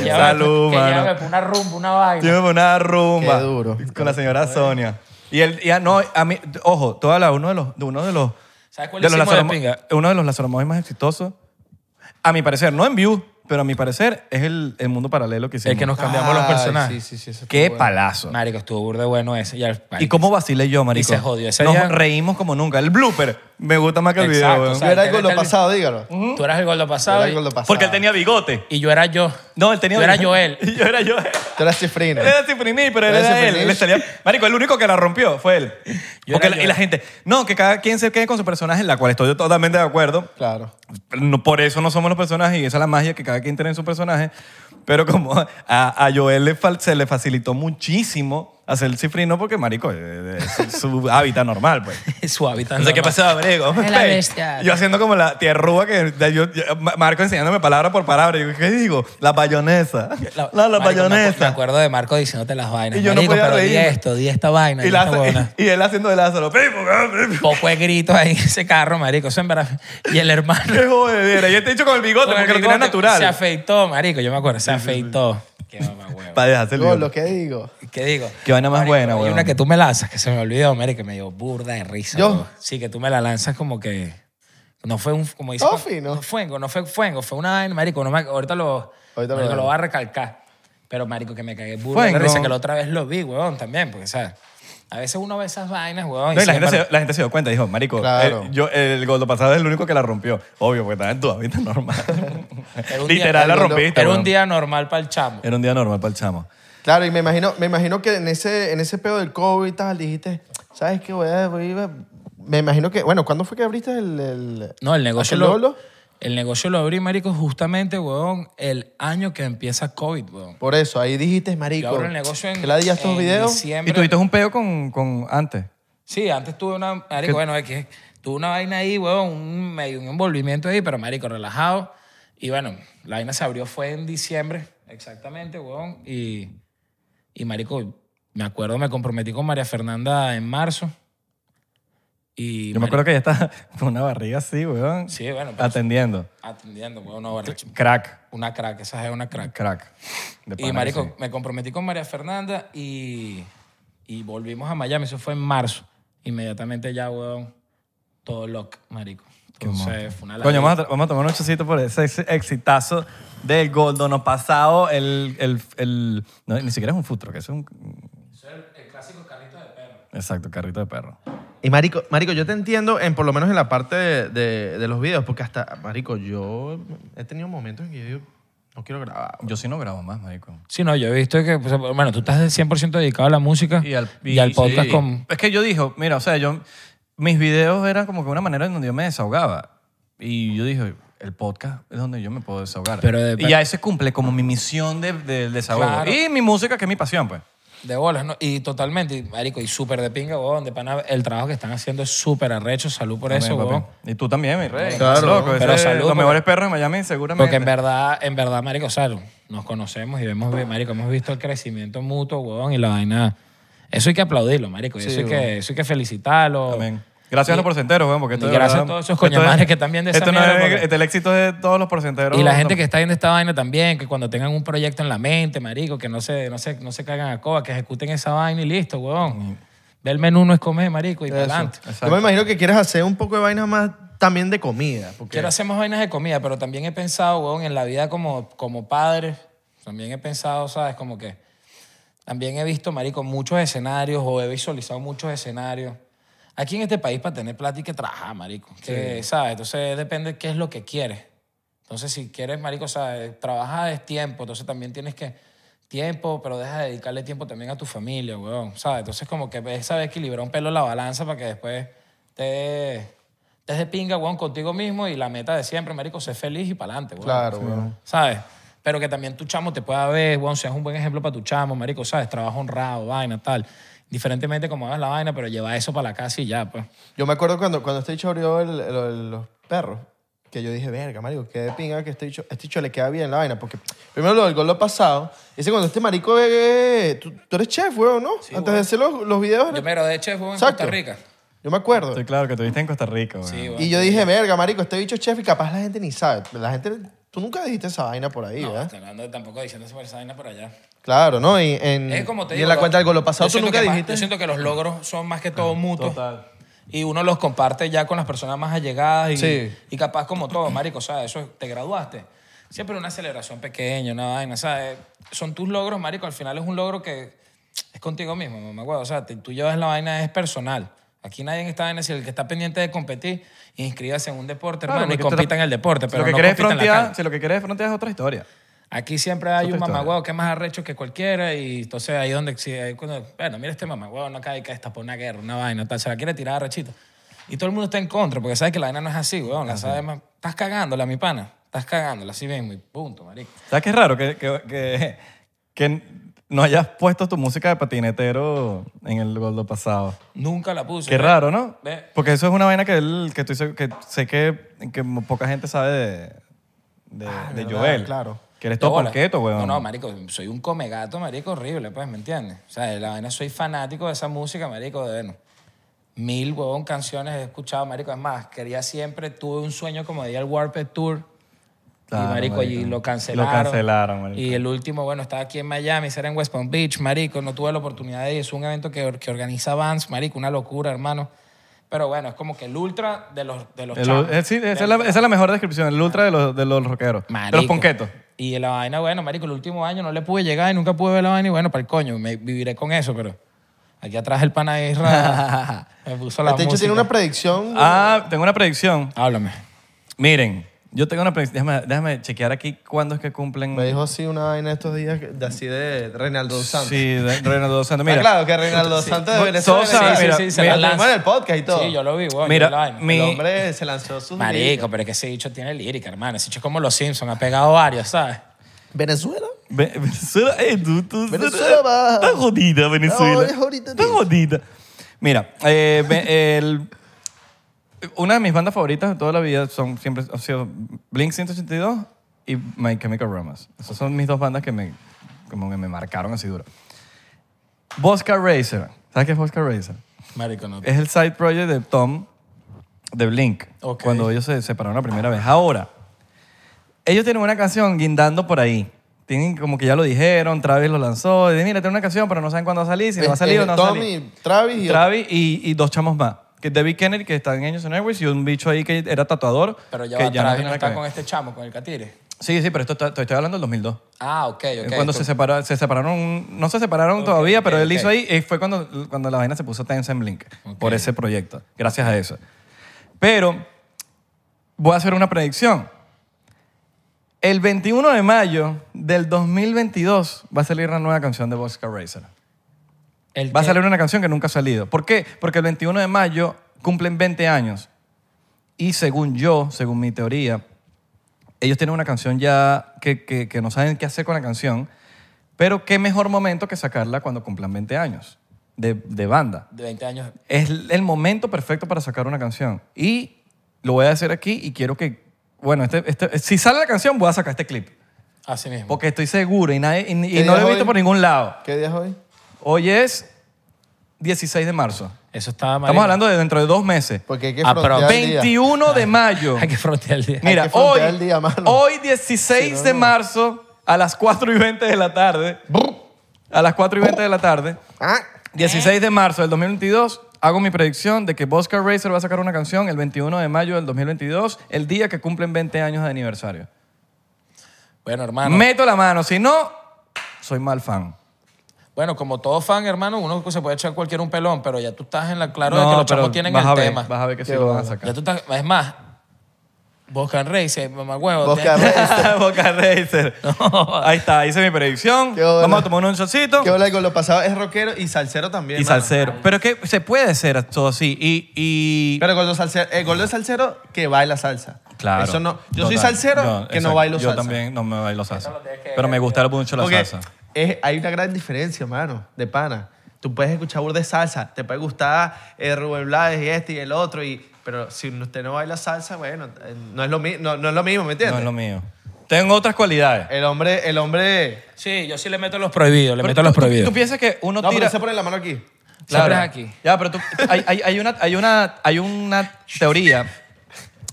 [LAUGHS] ya-
Salud,
que ya
mano.
me pone una rumba, una vaina.
Tiene una rumba.
Qué duro.
Con la señora Sonia. Y él, y a- no, a mí, ojo, toda la, uno de los, de uno de los,
¿Sabes cuál
de los
hicimos de
Lázaro-
pinga?
uno de los Lázaro Móvil más exitosos, a mi parecer, no en view, pero a mi parecer es el, el mundo paralelo que hicimos.
El que nos cambiamos los
Ay,
personajes.
Sí, sí, sí. eso
Qué
estuvo bueno.
palazo.
Marico, estuvo burde bueno ese. Ya,
Y cómo vacilé yo, marico.
se jodió ese
Nos
día.
reímos como nunca. El blooper me gusta más que el
Exacto,
video, weón.
o sea,
Yo era el
Tal-
golo
tal-
pasado, dígalo.
Tú eras el gordo pasado.
Era el
y-
gordo pasado.
Porque él tenía bigote.
Y yo era yo. [LAUGHS]
No, él tenía
Yo era
bigote.
Joel.
[LAUGHS] yo era Joel.
Tú eras
[LAUGHS]
cifrino.
Él era cifriní, pero él
Era
era él.
cifriní.
Él salía- Marico, el único que la rompió fue él.
Yo
Porque
era
la- y
yo.
la gente, no, que cada quien se quede con su personaje, en la cual estoy totalmente de acuerdo.
Claro.
No, por eso no somos los personajes y esa es la magia que cada quien tiene en su personaje. Pero como a, a Joel le fal- se le facilitó muchísimo hacer el cifrino porque, marico, eh, eh, es su, [LAUGHS] su hábitat normal, pues.
Su hábitat.
No sé qué
normal.
pasaba, marico.
Es la
Ey,
bestia.
Yo haciendo como la tierrúa que de- yo, yo- Ma- Marco enseñándome palabra por palabra. Y yo, ¿qué digo? La bayonesa. La, la,
Marico, me acu- Me
bayonesa.
acuerdo de Marco diciéndote las vainas.
Y yo no
Marico,
podía
pero di
reírme.
esto, di esta vaina.
Y,
di
la
esta
hace-
huevona.
[LAUGHS] y- y él haciendo de Lázaro. "Pipo, pipo".
Poco de gritos ahí en ese carro, marico. Eso en verdad. Y el
[LAUGHS]
hermano...
Qué jodedera. Y este dicho con el bigote,
con el
[LAUGHS] porque lo
bigote,
tenía natural.
Se afeitó, marico. Yo me acuerdo. Se afeitó. Qué mamá, huevo.
Para dejarse el
Yo,
bigote.
lo que digo.
¿Qué digo?
Qué vaina más buena,
Hay
huevón.
una que tú me lanzas que se me olvidó, Mary, que me dio burda de risa.
¿Yo?
huevón. Sí, que tú me la lanzas como que. No fue un. Como dice,
Oh, fino.
No fue, no fue fuego, fue una vaina, marico. No me, ahorita lo,
Ahorita lo
marico,
veo.
lo voy a recalcar. Pero, marico, que me cagué burda de
Fuego.
risa, que la otra vez lo vi, huevón, también, porque, ¿sabes? A veces uno ve esas vainas, huevón. y
No, y la,
sin
gente se,
embargo-
la gente se dio cuenta, dijo, marico,
Claro.
el, yo, el gordo pasado es el único que la rompió. Obvio, porque estaba en tu hábitat normal. [LAUGHS]
Era un día-
Literal, la
era un-
rompiste.
Era un
weón.
día normal para el chamo.
Era un día normal para el chamo.
Claro, y me imagino, me imagino que en ese, en ese pedo del COVID y tal, dijiste, ¿sabes qué? Voy a, voy a- Me imagino que, bueno, ¿cuándo fue que abriste el... el-
No, el negocio
aquel
lo,
Lolo?
el negocio lo abrí, marico, justamente, huevón, el año que empieza COVID, huevón.
Por eso, ahí dijiste,
Yo
marico,
abro el negocio en,
que la digas tus
en
videos.
diciembre.
Y tuviste un peo con, con antes.
Sí, antes tuve una... Marico, bueno, es que tuve una vaina ahí, huevón, un, medio un envolvimiento ahí, pero marico, relajado. Y bueno, la vaina se abrió fue en diciembre, exactamente, huevón. Y, y marico, me acuerdo, me comprometí con María Fernanda en marzo. Y
Yo me acuerdo que ella estaba [LAUGHS] con una barriga así, weón.
Sí, bueno, pues. pero-
Atendiendo.
atendiendo, huevón, una borracha.
Crack.
Una crack, esa es una crack.
Crack. De pana
Y
que
marico,
sí.
me comprometí con María Fernanda y, y volvimos a Miami. Eso fue en marzo. Inmediatamente ya, weón, todo lock, marico. Entonces, fue una
Coño,
ladilla.
vamos a, vamos a tomar un chocito por ese ex- exitazo del Goldono pasado. El, el, el- no, ni siquiera es un futuro, que es un. Es el, clásico carrito de perro. Exacto, carrito de perro.
Y marico, marico, yo te entiendo, en, por lo menos en la parte de, de- de los videos, porque hasta, marico, yo he tenido momentos en que yo digo, no quiero grabar.
Yo sí no grabo más, marico.
Sí, no, yo he visto que, pues, bueno, tú estás 100% dedicado a la música y al, podcast
sí.
con...
Es que yo dijo, mira, o sea, yo... Mis videos eran como que una manera en donde yo me desahogaba. Y yo dije, el podcast es donde yo me puedo desahogar.
Pero de-
y ya ese cumple como mi misión de, del desahogo.
Claro.
Y mi música, que es mi pasión, pues.
De bolas, ¿no? Y totalmente, y, marico, y súper de pinga, weón, de pana, el trabajo que están haciendo es súper arrecho, salud por eso,
Amén, papi.
weón.
Y tú también, mi rey.
Claro.
Loco, ese
Pero
es
salud,
los
porque-
mejores perros de Miami, seguramente.
Porque en verdad, en verdad, marico, o sea, nos conocemos y vemos, marico, hemos visto el crecimiento mutuo, weón, y la vaina. Eso hay que aplaudirlo, marico, y eso, hay que, eso hay que felicitarlo.
Amén. Gracias a los porcenteros, weón, porque esto
y
de
gracias
verdad-
a todos esos
esto es-
coñamanes que están viendo esa
esto no
mierda,
es-
porque-
este- El éxito es de todos los porcenteros.
Y la gente que está viendo esta vaina también, que cuando tengan un proyecto en la mente, marico, que no se, no se, no se cagan a coba, que ejecuten esa vaina y listo, weón. Del menú no es comer, marico, y para adelante.
Yo me imagino que quieres hacer un poco de vainas más también de comida. Porque
Quiero hacer más vainas de comida, pero también he pensado, weón, en la vida como, como padre. También he pensado, ¿sabes? Como que también he visto, marico, muchos escenarios o he visualizado muchos escenarios. Aquí en este país para tener plata hay que trabajar, marico. Que, ¿Sabes? Entonces depende qué es lo que quieres. Entonces si quieres, marico, ¿sabes? Trabajar es tiempo. Entonces también tienes que... Tiempo, pero deja de dedicarle tiempo también a tu familia, weón. ¿Sabes? Entonces como que es saber equilibrar un pelo la balanza para que después te... Te de pinga, weón, contigo mismo y la meta de siempre, marico, ser feliz y para adelante, weón.
Claro, weón.
¿sabes? Pero que también tu chamo te pueda ver, weón, seas un buen ejemplo para tu chamo, marico, ¿sabes? Trabajo honrado, vaina, tal. Diferentemente como hagas la vaina, pero lleva eso para la casa y ya, pues.
Yo me acuerdo cuando, cuando este bicho abrió el- el- los perros, que yo dije, verga, marico, qué de pinga que este bicho, este bicho le queda bien la vaina. Porque primero lo del gol lo pasado. Dice, cuando este marico ve... Tú, tú eres chef, weón, ¿no? Antes de hacer los, los videos...
Yo
eres-
me gradué de chef, weón, en
Exacto.
Costa Rica.
Yo me acuerdo.
Estoy claro que estuviste en Costa Rica, weón.
Sí, weón.
Y yo dije, verga, marico, este bicho es chef y capaz la gente ni sabe. La gente... Tú nunca dijiste esa vaina por ahí,
No,
¿verdad?
hablando de- tampoco diciendo esa vaina por allá.
Claro, ¿no? Y en,
Es como te
Mm. y
digo,
en la
lo-
cuenta del gol
yo
pasado tú
siento
nunca
que más-
dijiste... Ah,
yo siento que los logros son más que todo mutuos.
Total.
Y uno los comparte ya con las personas más allegadas y,
Sí.
y capaz como todo, marico, o sea, eso es- te graduaste. Siempre una celebración pequeña, una vaina, ¿sabes? Son tus logros, marico, al final es un logro que es contigo mismo, me acuerdo, o sea, te- tú llevas la vaina, es personal. Aquí nadie en esta vaina, si el que está pendiente de competir, inscríbase en un deporte,
Claro,
hermano, y
porque tú-
compita en el deporte,
si
pero
lo que
no
quieres es
compita en la
frontear-
calle.
Si lo que quieres es frontear es otra historia.
Aquí siempre hay
otra
un
historia.
mamagüeo que es más arrecho que cualquiera y entonces ahí donde, si hay- cuando- bueno, mira este mamagüeo, no cae que está por una guerra, una vaina, tal, se la quiere tirar arrechito. Y todo el mundo está en contra porque sabes que la vaina no es así, weón, la sabes más, estás cagándola, mi pana, estás cagándola, así mismo y punto, marico.
¿Sabes qué es raro? Que, que, que, que no hayas puesto tu música de patinetero en el gordo pasado.
Nunca la puse.
Qué
¿ve?
raro, ¿no?
Ve.
Porque eso es una vaina que, él, que, estoy seg- que sé que, que mo- poca gente sabe de, de,
Ah,
de
verdad,
Joel.
claro.
Que eres
De
todo
bola.
porqueto, weón.
No, no, marico, soy un comegato, marico, horrible, pues, ¿me entiendes? O sea, de la vaina soy fanático de esa música, marico, de bueno, mil, huevón, canciones he escuchado, marico. Es más, quería siempre, tuve un sueño como de ir al Warped Tour.
Claro,
y marico,
marico.
y
Lo
lo cancelaron.
cancelaron, marico.
Y el último, bueno, estaba aquí en Miami, era en West Palm Beach, marico, no tuve la oportunidad de ir. Es un evento que, or- que organiza Vans, marico, una locura, hermano. Pero bueno, es como que el ultra de los, de los
El-
chamos.
eh, sí, esa, es la, esa es la mejor descripción, el ultra de los, de los rockeros. De los
Marico.
ponquetos.
Y la vaina, bueno, marico, el último año no le pude llegar y nunca pude ver la vaina. Y bueno, para el coño, me viviré con eso, pero aquí atrás el pana
[LAUGHS]
de Isra me puso la
Este hecho
música.
tiene una predicción.
Ah, tengo una predicción.
Háblame.
Miren, yo tengo una predicción. Déjame, déjame chequear aquí cuándo es que cumplen.
Me dijo así una vaina estos días que- de así de Reinaldo dos Santos.
Sí, de- Reinaldo dos
[LAUGHS]
Santos.
Ah,
Mira,
claro, que Reinaldo dos Santos de
Todos
Venezuela.
saben,
sí,
mira,
sí, sí, se
mira.
la lanzó en el podcast y todo.
Sí, yo lo vi, weón,
Mira,
yo vi la vaina.
mi-
El hombre se lanzó sus
Marico, pero es que ese dicho tiene lírica, hermano. Ese dicho es como Los Simpsons, ha pegado varios, ¿sabes?
¿Venezuela?
Ve- Venezuela, eh, tú- tú-
Venezuela va.
Está jodida, Venezuela.
No, es ahorita,
está
tío.
jodida. Mira, eh, ve- el- una de mis bandas favoritas de toda la vida son, siempre han sido Blink 182 y My Chemical Romance. Esas son mis dos bandas que me, como que me marcaron así duro. Bosca Racer. ¿Sabes qué es Bosca Racer?
Marico, no.
Es el side project de Tom de Blink.
Ok.
Cuando ellos se separaron la primera vez. Ahora, ellos tienen una canción guindando por ahí. Tienen como que ya lo dijeron, Travis lo lanzó. Y dice, mira, tengo una canción, pero no saben cuándo va a salir, si va a salir o no va a
Este, Tommy,
salir.
Travis y
Travis y, y dos chamos más. Que es David Kennedy, que está en Angels and Airways, y un bicho ahí que era tatuador.
Pero ya
que
va, Travis
tiene
no
nada
está
que
con
ver.
este chamo, con el catire.
Sí, sí, pero esto está- te estoy hablando del 2002.
Ah, ok, ok.
cuando
Tú-
se, separa- se separaron, un- no se separaron todavía, pero
ok,
él
ok.
hizo ahí y fue cuando, cuando la vaina se puso tensa en Blink por ese proyecto, gracias a eso. Pero voy a hacer una predicción. El 21 de mayo del 2022 va a salir una nueva canción de Boxcar Racer.
el
Va a
que-
salir una canción que nunca ha salido. ¿Por qué? Porque el 21 de mayo cumplen 20 años. Y según yo, según mi teoría, ellos tienen una canción ya que, que- que no saben qué hacer con la canción, pero qué mejor momento que sacarla cuando cumplan 20 años de, de banda.
De 20 años.
Es el momento perfecto para sacar una canción. Y lo voy a hacer aquí y quiero que, bueno, este, este- si sale la canción voy a sacar este clip,
Así mismo.
porque estoy seguro y, nadie, y- y
¿Qué
no
día
lo he
es
visto
hoy?
por ningún lado.
¿Qué día es hoy?
Hoy es 16 de marzo.
Eso estaba mal.
Estamos hablando de dentro de dos meses.
Porque hay que
Ah,
frontear
pero
el día.
21
[LAUGHS]
de mayo.
[LAUGHS] Hay que frontear el día.
Hay
Mira,
que
hoy,
frontear el día, mano.
hoy 16 de marzo a las 4 y 20 de la tarde. A las 4 y 20 de la tarde.
Ah,
16 de marzo del 2022 hago mi predicción de que Boscar Racer va a sacar una canción el 21 de mayo del 2022, el día que cumplen 20 años de aniversario.
Bueno, hermano.
Meto la mano, si no, soy mal fan.
Bueno, como todo fan, hermano, uno se puede echar cualquier un pelón, pero ya tú estás en la clara de que
no,
los chamos tienen
vas
el
a ver,
tema.
vas a ver que sí
Qué
lo van a
bola.
sacar. [LAUGHS]
Ya tú estás, es más, Boscan Race, mamá huevo.
Bosca Reyes.
Boca
[LAUGHS]
Racer. Ahí está, hice mi predicción.
Qué bola.
Vamos a tomar un shotcito.
¿Qué hola con lo pasado? Es rockero y salsero también.
Y
mano.
salsero. Pero es que se puede hacer todo así. Y. y
Pero con los salseros, el gordo es eh, salsero que baila salsa.
claro.
Eso no, yo soy
Total.
salsero
Yo,
que
exacto.
no bailo
yo
salsa.
también no me bailo salsa.
lo tienes que
Pero me gusta mucho la
Porque
salsa.
es- hay una gran diferencia, mano, de pana. Tú puedes escuchar burda de salsa, te puede gustar eh, Rubén Blades y este y el otro, y, pero si usted no baila salsa, bueno, eh, no es lo, mi- no, no es lo mismo, ¿me
No
entiendes?
es lo mío. Tengo otras cualidades.
El hombre, el hombre...
[LAUGHS] Sí, yo sí le meto los prohibidos, le
Pero
meto
tú-
los
tú-
prohibidos.
¿Tú piensas que uno
No, pero
tira.?
se pone la mano aquí.
Siempre es aquí.
Ya, pero tú, hay, hay- hay una, hay, una, hay una teoría,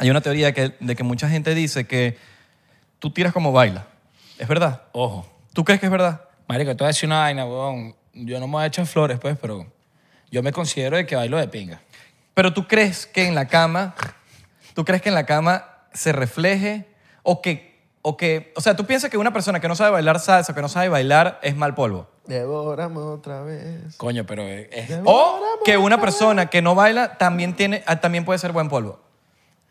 hay una teoría que, de que mucha gente dice que tú tiras como baila. ¿Es verdad?
Ojo.
¿Tú crees que es verdad?
Marico, te voy a decir una vaina, huevón. Yo no me voy a echar flores, pues, pero yo me considero de que bailo de pinga.
Pero tú crees que en la cama, tú crees que en la cama se refleje o que, o que, o sea, tú piensas que una persona que no sabe bailar salsa, que no sabe bailar, es mal polvo.
Devoramos otra vez.
Coño, pero es- es-
O que una persona que no baila también, tiene, ah, también puede ser buen polvo.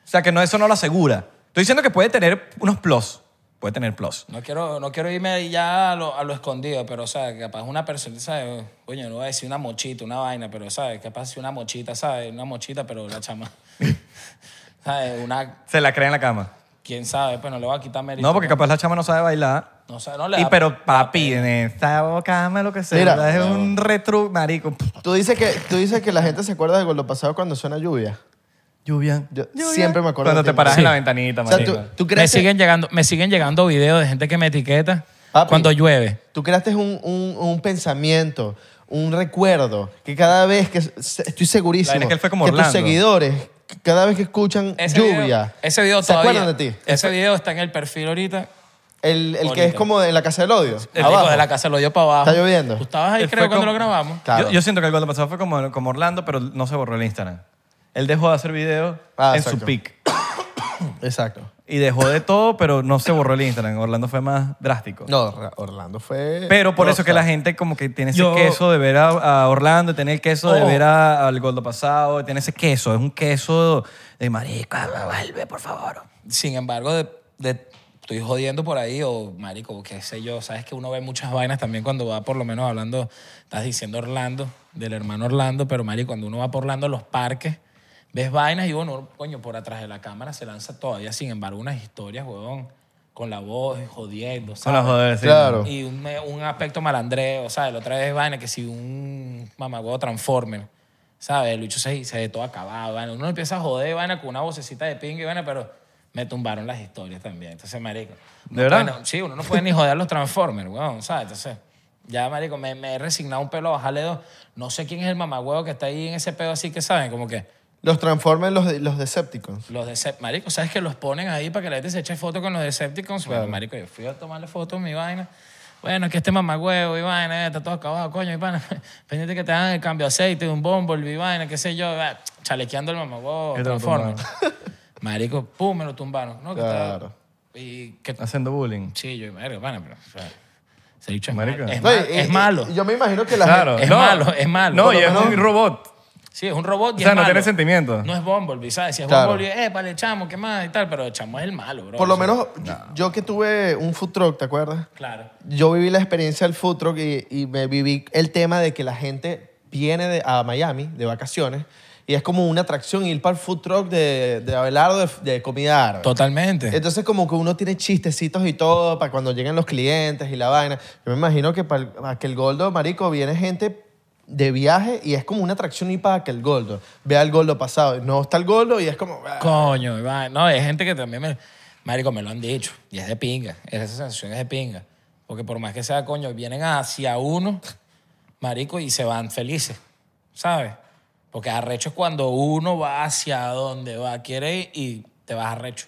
O sea, que no, eso no lo asegura. Estoy diciendo que puede tener unos plus. Puede tener plus.
No quiero, no quiero irme ahí ya a lo, a lo escondido, pero, ¿sabes? Capaz una persona, ¿sabes? Coño, no voy a decir una mochita, una vaina, pero, ¿sabes? Capaz si una mochita, [LAUGHS] ¿sabes? Una mochita, pero la chama. ¿Sabes? Una
Se la crea en la cama.
quién sabe, pues no le voy a quitar mérito.
No, porque capaz la chama no sabe bailar.
No sé, no le
y
da-
pero papi, en esta boca dame lo que sea.
Mira.
es un retro marico. Pff,
Tú dices, que, tú dices que la gente se acuerda del lo pasado cuando suena lluvia.
Lluvia.
Yo siempre me acuerdo
Cuando
de
te
ti.
paras
Sí.
en la ventanita,
O sea,
marico.
tú, tú
me,
creas que-
siguen llegando, me siguen llegando videos de gente que me etiqueta
Papi.
cuando llueve.
Tú creaste un, un, un pensamiento, un recuerdo, que cada vez que se- estoy
La vaina
segurísimo
es que él fue como
tus
Orlando.
seguidores, cada vez que escuchan
Video,
lluvia,
ese video
¿se
todavía.
acuerdan de ti?
Ese video está en el perfil ahorita.
El, el que
Ahorita.
es como de- en la casa del odio.
El
abajo.
rico de la casa lo dio para abajo.
Está lloviendo.
Tú estabas ahí,
Él
creo,
Eh, fue
cuando
como-
lo grabamos.
Claro.
Yo, yo siento que el gol pasado fue como, como Orlando, pero no se borró el Instagram. Él dejó de hacer videos
Ah,
en
exacto.
su pick.
Exacto.
Y dejó de todo, pero no se borró el Instagram. Orlando fue más drástico.
No, eh, Ra- Orlando fue...
Pero por eso que la
rockstar.
gente como que tiene ese
Yo-
queso de ver a, a Orlando, tiene el queso de
Ojo.
ver a- al Goldo Pasado, tiene ese queso, es un queso de marico, vuelve, por favor.
Sin embargo, de, de- estoy jodiendo por ahí o, marico, qué sé yo. Sabes que uno ve muchas vainas también cuando va, por lo menos hablando, estás diciendo Orlando, del hermano Orlando, pero, marico, cuando uno va por Orlando a los parques, ves vainas y uno, coño, por atrás de la cámara se lanza todavía, sin embargo, unas historias, huevón, con la voz, jodiendo,
Con la
¿sabes?
joder, sí.
Claro.
Y un, eh, un aspecto malandreo, ¿sabes? La otra vez, vaina, que si un mamagüevo Transformer, ¿sabes? El bicho se, se ve todo acabado, vaina. Uno empieza a joder, vaina, con una vocecita de pingue, vaina, pero me tumbaron las historias también. Entonces, marico.
¿De verdad?
Bueno, sí, uno no puede ni joder a los Transformers, weón, ¿sabes? Entonces, ya, marico, me, me he resignado un pelo a bajarle dos. No sé quién es el mamagüevo que está ahí en ese pedo así que, ¿saben? Como que
Los transforman los, de- los Decepticons.
los Decept... Marico, ¿sabes que los ponen ahí para que la gente se eche fotos con los Decepticons? Bueno, marico, yo fui a tomarle fotos a mi vaina. Bueno, que este mamagüevo y vaina, eh, está todo acabado, coño, mi pana. [LAUGHS] Pendiente que te hagan el cambio de aceite, un bumble, y vaina, qué sé yo. va, Chalequeando el mamagüevo,
¿Qué te lo
transforme. [LAUGHS] Marico, pum, me lo tumbaron. No, que está-
Claro.
Y que...
Haciendo bullying.
Sí, yo, marico, pana, pero... o sea, se ha dicho, es,
Marico.
mal- es,
No,
mal-
y-
es
y-
malo.
y yo me imagino que la
Claro.
gente...
Es
No.
malo, es malo.
No,
Por
y
lo
es
menos-
un robot.
Sí, es un robot y
O sea,
es
no
malo.
tiene sentimiento.
No es Bumblebee, ¿sabes? Si es
Claro.
Bumblebee, épale, chamo, ¿qué más? Y tal, pero el chamo es el malo, bro.
Por lo
O sea,
menos yo- yo que tuve un food truck, ¿te acuerdas?
Claro.
Yo viví la experiencia del food truck y, y me viví el tema de que la gente viene de- a Miami de vacaciones y es como una atracción ir para el food truck de, de Abelardo de, de comida árabe.
Totalmente.
Entonces como que uno tiene chistecitos y todo para cuando lleguen los clientes y la vaina. Yo me imagino que para, el- para que el Goldo, marico, viene gente de viaje y es como una atracción y para que el Goldo vea el Goldo pasado. No está el Goldo y es como... ah,
Coño, Iván. No, hay gente que también me. Marico, me lo han dicho. Y es de pinga. Esa sensación es de pinga. Porque por más que sea, coño, vienen hacia uno, marico, y se van felices. ¿Sabes? Porque arrecho es cuando uno va hacia donde va, quiere ir y te vas arrecho.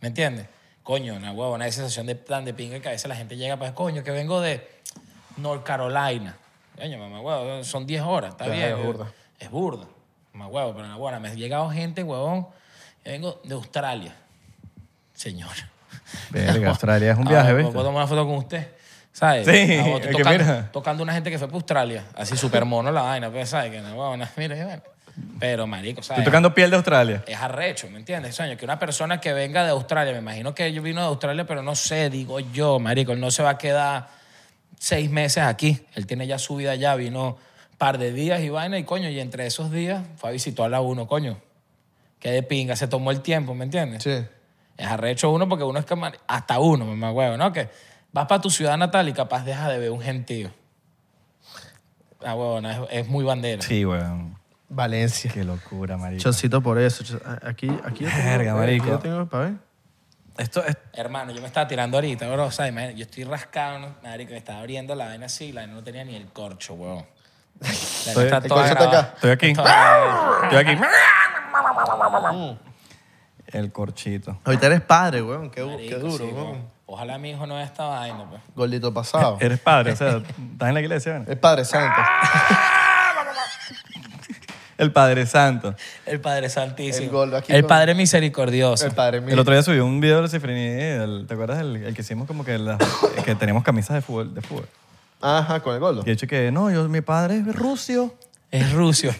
¿Me entiendes? Coño, una huevona, esa sensación de plan de pinga que a veces la gente llega para, coño, que vengo de North Carolina. Coño, mamá, huevo, son 10 horas, está
Claro,
bien.
es burda.
Es burda. Mamá, huevo, pero una buena. Me ha llegado gente, huevón, yo vengo de Australia. Señor.
Verga, Australia es un viaje,
¿ves?
¿viste?
Ah, ¿Puedo tomar una foto con usted? ¿Sabes?
Sí,
Ah, vos,
es que
tocando,
mira.
tocando una gente que fue para Australia. Así súper mono la vaina, pues, ¿sabes? Que no, huevona, mira, y bueno. Pero, marico, ¿sabes?
Estoy tocando piel de Australia.
es arrecho, ¿me entiendes? Sueño que una persona que venga de Australia, me imagino que yo vino de Australia, pero no sé, digo yo, marico, él no se va a quedar seis meses aquí. Él tiene ya su vida allá, vino par de días y vaina y coño, y entre esos días fue a visitar a la uno, coño. Que de pinga, se tomó el tiempo, ¿me entiendes?
Sí.
Es arrecho uno porque uno es que mari- hasta uno, mamá huevo, ¿no? Que vas para tu ciudad natal y capaz dejas de ver un gentío. Ah, huevo, no, es, es muy bandera.
Sí, weón.
Valencia.
Qué locura, marico.
Chocito por eso. cho- a- Aquí, aquí yo tengo-
Verga,
aquí
marico.
yo tengo para ver.
Esto es...
Hermano, yo me estaba tirando ahorita, bro. O sea, imagínate, yo estoy rascado, ¿no? marico, me estaba abriendo la vaina así, la vaina no tenía ni el corcho, huevón. La vaina está
el
toda
corcho está
grabada.
acá.
Estoy aquí.
Toda-
Estoy aquí. El corchito.
Ahorita eres padre, weón. Qué, du-
Marico,
qué duro,
sí,
weón.
huevón. Ojalá mi hijo no vea esta vaina, pues.
Gordito pasado.
Eres padre, o
[LAUGHS]
sea, estás en la iglesia, ¿verdad?
Es padre santo.
El Padre Santo.
El Padre Santísimo.
El gordo aquí
El
con-
Padre Misericordioso.
El padre mío.
El otro día subí un video de Cifrini, ¿te acuerdas? El, el que hicimos como que, las- que tenemos camisas de fútbol. De fútbol.
Ajá, con el gordo.
Y he dicho que, no, yo, mi padre es rusio.
Es rucio.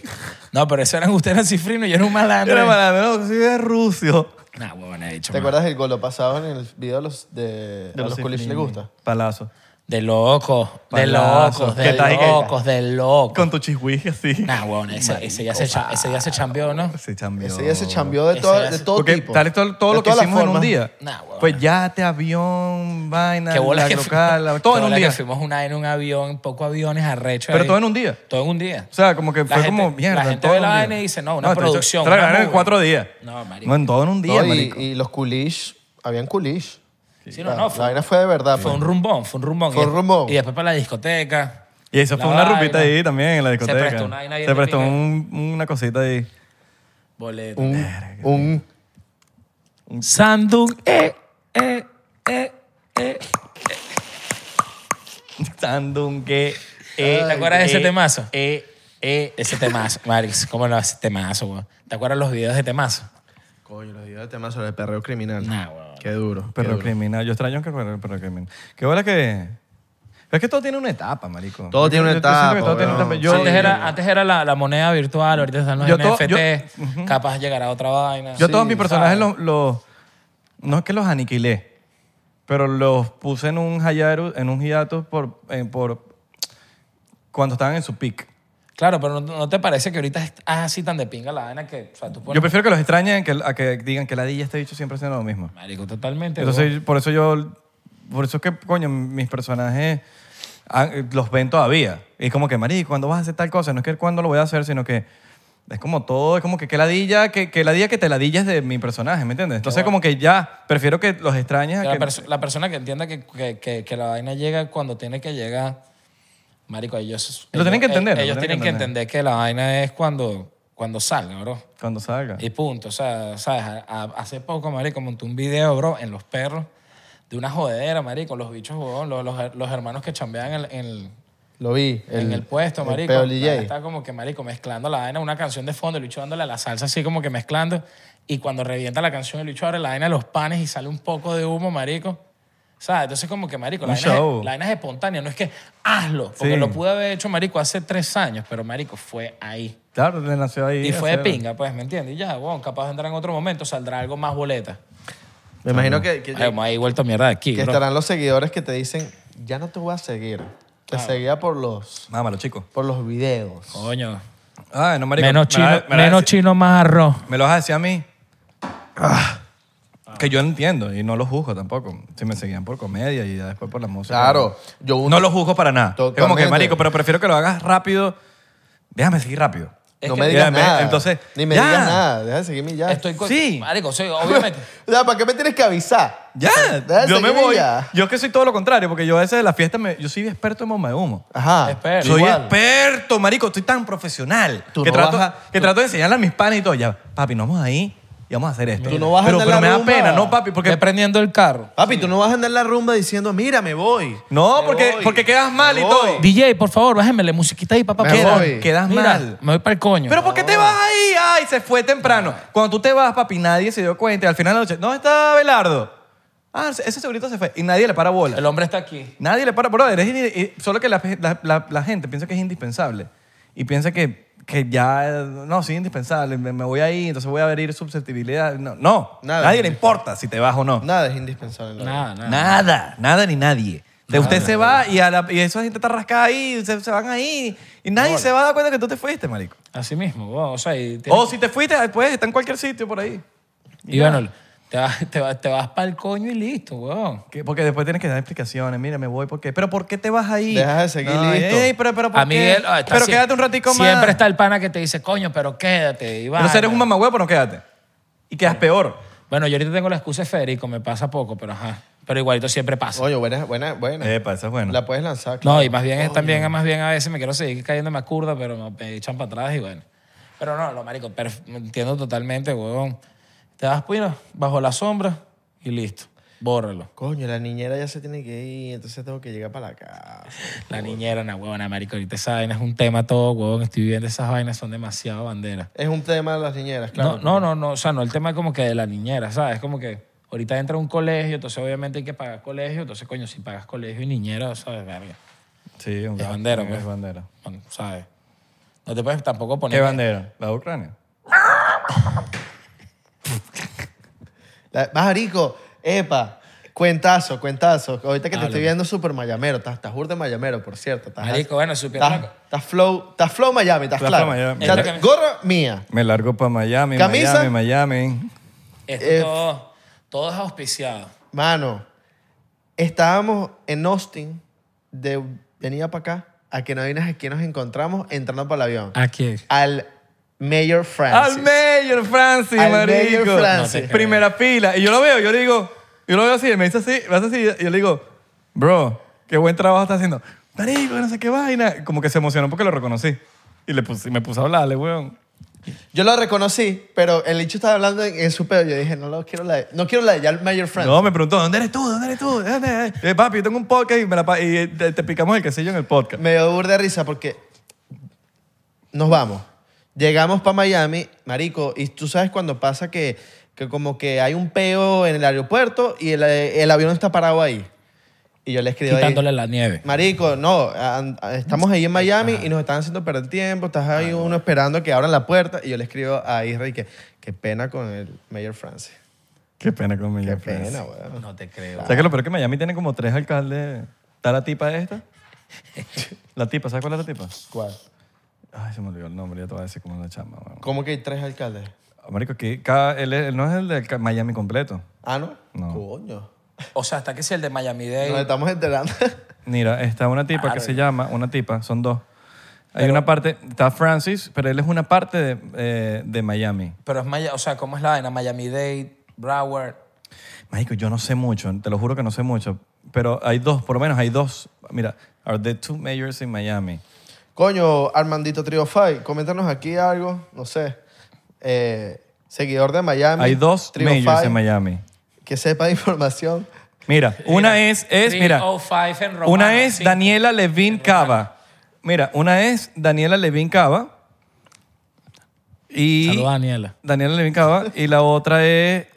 No, pero eso eran ustedes, eran cifrinos, yo era un malandro.
Era malandro, no, sí, es rusio.
Nah, huevón, he dicho.
¿Te acuerdas del gordo pasado en el video de los, de, a los
Cifrini.
culiches les gusta?
Palazo.
De locos, de
Palazos.
locos,
¿Qué
de
tal? ¿Y qué?
locos, de locos.
Con tu chisguí así.
Nah, weón, ese, ese ya se, cha- ese ya se chambeó, ¿no?
Se cambió.
Ese día se chambeó de,
Ese
todo,
ya
de
se-
todo
Porque
tipo.
tal y todo, todo
De
lo que
todas las
hicimos en un
formas.
día.
Nah, weón.
Pues yate, avión, vaina,
Qué bola
la
que
local, la-
fu-
todo
qué
en un
bola
día.
que fuimos una en un avión, pocos aviones arrechos.
Pero
ahí.
todo en un día.
Todo en un día.
O sea, como que
La
fue
gente-
como mierda.
la
en
gente
todo
ve
en
la
un día.
vaina y dice, no, una
esto- esto-
producción,
esto la
una
ganaron en
movie.
cuatro días.
No, marico.
No, en todo en un día,
No, y,
marico.
y los culish, habían culish.
Sí, no,
La-
no,
Ah, la
fue,
vaina fue de verdad.
fue
pues.
un rumbón, fue un rumbón.
Fue
Y
un
de-
rumbón.
Y después para la discoteca.
Y eso
La
fue una
vaina.
rumbita ahí también en la
prestó
discoteca.
una vaina bien
Se prestó
épica.
un- una cosita ahí.
Boleto.
un, un-
Sandung. Eh, eh, eh,
[LAUGHS]
eh.
Sandungue.
¿Te acuerdas de ese temazo?
Eh, eh.
Ese temazo, Maris, ¿cómo no? Ese temazo, weón. ¿Te acuerdas los videos de temazo?
Coño, los días de tema sobre el perreo criminal.
Nah, weón.
Qué duro. qué
Perro
duro.
criminal. Yo extraño que fuera el perro criminal. Qué bola que. Pero es que todo tiene una etapa, marico.
Todo
Yo-
tiene
yo-
una
yo siento que
etapa,
todo tiene una
weón.
etapa. Yo-
antes, era, antes era la, la moneda virtual, ahorita están los
Yo to-
NFT, capaz llegará otra vaina.
Yo
Sí,
todos mis personajes
¿sabes?
los, los- No es que los aniquilé, pero los puse en un hiatus, en un hiatus por, en- por cuando estaban en su peak.
Claro, pero ¿no, no te parece que ahorita es así tan de pinga la vaina que, o sea, tú pones...
Yo prefiero que los extrañen que- a que digan que la DJ este bicho siempre haciendo lo mismo.
Marico, totalmente.
Entonces,
weón.
por eso yo... Por eso es que, coño, mis personajes ah, los ven todavía. Y como que, marico, cuando vas a hacer tal cosa? No es que cuando lo voy a hacer, sino que es como todo, es como que, que ladilla, que, que ladilla que te ladillas de mi personaje, ¿me entiendes? Entonces, como que ya, prefiero que los extrañes a
Que la,
Ah, que-
perso- la persona que entienda que, que- que- que la vaina llega cuando tiene que llegar, marico, ellos...
Lo tienen
ellos-
que entender,
eh,
lo
Ellos tienen que entender que la vaina es cuando, cuando salga, bro.
cuando salga.
Y punto. O sea, ¿sabes? A- a- hace poco, marico, monté un video, bro, en Los Perros, de una jodedera, marico, los bichos, huevón, los, los- los hermanos que chambean en, el- en el-
Lo vi.
en el puesto, marico.
El peo
La
DJ.
vaina Estaba como que, marico, mezclando la vaina, una canción de fondo, el bicho dándole a la salsa así como que mezclando. Y cuando revienta la canción, el bicho abre la vaina de los panes y sale un poco de humo, marico. ¿Sabes? Entonces como que, marico, la
Un
vaina, es,
show.
la vaina es espontánea. No es que hazlo, porque
Sí.
lo pude haber hecho, marico, hace tres años, pero, marico, fue ahí.
Claro, le nació ahí.
Y fue de
hacer-
pinga, pues, ¿me entiendes? Y ya, bueno, capaz vendrá en otro momento, saldrá algo más boleta.
Me imagino que, que-
Ay, me ahí vuelto mierda de aquí,
que
bro.
estarán los seguidores que te dicen, ya no te voy a seguir. Te seguía por los,
Mámalo, chico.
por los videos.
Oh,
Coño.
Ay, no, marico.
menos
me
chino,
la- me la-
menos chino, Ah. más arroz.
Me lo vas a decir a mí. Ah, Que yo entiendo y no lo juzgo tampoco. Si me seguían por comedia y ya después por la música.
Claro. Yo un-
No lo juzgo para nada. Es como que,
Totalmente.
marico, pero prefiero que lo hagas rápido. Déjame seguir rápido.
Es
no
que-
me digas
Ya, me-
nada.
entonces,
Ni me
ya.
digas nada. Deja de seguirme y ya.
Estoy con...
Sí.
Marico, sí,
[LAUGHS]
obviamente.
O sea, ¿para qué me tienes que avisar?
Ya,
Deja de
yo me
seguirme y
voy.
ya.
Yo es que soy todo lo contrario, porque yo a veces de la fiesta, me- yo soy experto en mamá de humo.
Ajá.
Espera.
Soy
Igual.
experto, marico. Estoy tan profesional
Tú
que,
no
trato,
vas a-
que trato de enseñarle a mis panes y todo. Ya, papi, nos vamos ahí y vamos a hacer esto.
Tú no vas a
pero,
andar
pero
la
me da
rumba.
pena, no, papi,
Porque
porque...
prendiendo el carro.
Papi, tú no vas a andar en la rumba diciendo, mira, me voy.
No,
Me
porque,
voy.
porque quedas mal y
Me
todo.
voy.
DJ, por favor, bájeme la musiquita ahí, papá.
Me
porque-
voy.
Quedas
Mira,
mal.
Me voy para el coño.
Pero ¿por qué te vas ahí? Ay, se fue temprano. Cuando tú te vas, papi, nadie se dio cuenta. Y al final de la noche, ¿dónde está Belardo? Ah, ese segurito se fue. Y nadie le para bola.
El hombre está aquí.
Nadie le para bola. Eres indi- y- Solo que la, la- la- la gente piensa que es indispensable. Y piensa que, que ya, eh, no, soy indispensable, me, me voy ahí, entonces voy a abrir susceptibilidad. No, no.
Nada.
nadie le importa si te vas o no.
Nada es indispensable. en la vida.
Nada, nada.
Nada, nada ni nadie. De usted se va y, a la- y esa gente está rascada ahí, se, se van ahí. Y nadie se va a dar cuenta que tú te fuiste, marico.
Así mismo, wow, o sea, y, te-
O Oh, si te fuiste, después está en cualquier sitio por ahí.
y bueno, te vas, te vas, para el coño y listo, weón.
Que- Porque después tienes que dar explicaciones. Mira, me voy porque. Pero ¿por qué te vas ahí?
Dejas de seguir,
Ay,
listo.
ey, pero, pero, ¿por
A
qué?
Miguel, ah, está
pero
sie-
quédate un ratico más.
Siempre está el pana que te dice, coño, pero quédate, Iván.
Entonces eres un mamagüey, pero no quédate. Y quedas peor.
Bueno, yo ahorita tengo la excusa de Federico, me pasa poco, pero ajá. Pero igualito siempre pasa.
Oye, buena, buena, buena.
Epa, eso es Eh, bueno.
La puedes lanzar.
No, y más bien es también, más bien a veces me quiero seguir cayendo más curda, pero me- me echan para atrás y bueno. Pero no, lo marico, perf- entiendo totalmente, huevón. Te das pino bajo la sombra y listo. Bórralo.
Coño, la niñera ya se tiene que ir, entonces tengo que llegar para la casa.
La niñera, una huevona, marico. Ahorita esa vaina es un tema todo, huevón. Estoy viendo esas vainas, son demasiado banderas.
Es un tema de las niñeras, claro.
no, no, no, no, o sea, no el tema como que de la niñera, ¿sabes? Como que ahorita entra un colegio, entonces obviamente hay que pagar colegio, entonces coño, si pagas colegio y niñera, ¿sabes? Verga.
Sí, un
Es bandera, pues.
Es bandera.
Bueno, ¿sabes? No te puedes tampoco poner...
¿Qué bandera? La de Ucrania.
La- Marico, epa,
Cuentazo, cuentazo. Ahorita que
Ah,
te
Háblame.
estoy viendo súper mayamero. Estás, estás burda de mayamero, por cierto. Estás,
Marico, bueno, supieron
estás,
una co-
estás flow, estás flow Miami, estás
Estás
claro.
flow Miami.
O sea,
Es lo que-
gorra mía.
Me largo para Miami,
¿Camisa?
Miami, Miami.
Esto
Eh,
todo, todo es auspiciado.
Mano, estábamos en Austin de venía para acá a que no vienes aquí nos encontramos entrando para el avión.
¿A quién?
Al Mayor Francis.
Al Mayor Francis,
Al
marico.
Mayor Francis.
No te creo.
Primera fila. Y yo lo veo, yo le digo, yo lo veo así, me dice así, me hace así, y yo le digo, bro, qué buen trabajo estás haciendo. Marico, no sé qué vaina. Como que se emocionó porque lo reconocí. Y le puse, me puse a hablarle, weón.
Yo lo reconocí, pero el hecho estaba hablando en, en su pedo. Yo dije, no lo quiero la de, no quiero la de ya el Mayor Francis.
No, me preguntó, ¿dónde eres tú? ¿Dónde eres tú? ¿Dónde eres? Eh, papi, yo tengo un podcast y, me la pa- y te, te picamos el quesillo en el podcast.
Me dio burda de risa porque nos vamos. Llegamos para Miami, marico, y tú sabes cuando pasa que, que como que hay un peo en el aeropuerto y el, el avión está parado ahí. Y yo le escribí ahí,
Quitándole la nieve.
Marico, no, a- a- estamos ahí en Miami y nos están haciendo perder tiempo, estás ahí uno esperando que abran la puerta y yo le escribo a Israel que qué pena con el Mayor Francis.
Qué pena con
Qué
Mayor Francis.
pena, weón.
No te creo.
¿Sabes que lo peor es que Miami tiene como tres alcaldes? ¿Está la tipa
[LAUGHS]
esta? La tipa, ¿sabes cuál es la tipa?
¿Cuál?
Ay, se me olvidó el nombre, ya te voy a decir cómo es la chama. weón.
¿Cómo que hay tres alcaldes?
Marico, que cada- él, él no es el de ca- Miami completo.
Ah, ¿no?
No.
Coño.
O sea, hasta que si el de Miami
Nos
Eh.
Dade.
estamos enterando.
Mira, está una tipa que
Claro.
se llama, una tipa, son dos. Hay una parte, está Francis, pero él es una parte de, eh, de Miami.
Pero es Maya, o sea, ¿cómo es la vaina? Miami Dade, Broward.
Marico, yo no sé mucho, te lo juro que no sé mucho, pero hay dos, por lo menos hay dos. Mira, are the two mayors in Miami.
Coño, Armandito Triofai, coméntanos aquí algo, no sé. Eh, seguidor de Miami.
Hay dos
Trio
mayors
Five,
en Miami.
Que sepa de información.
Mira, una es, es mira,
305 en Romano,
una es
cinco.
Daniela Levin Cava. Mira, una es Daniela Levin Cava. Y
Saluda a Daniela.
Daniela Levin Cava. Y la otra es.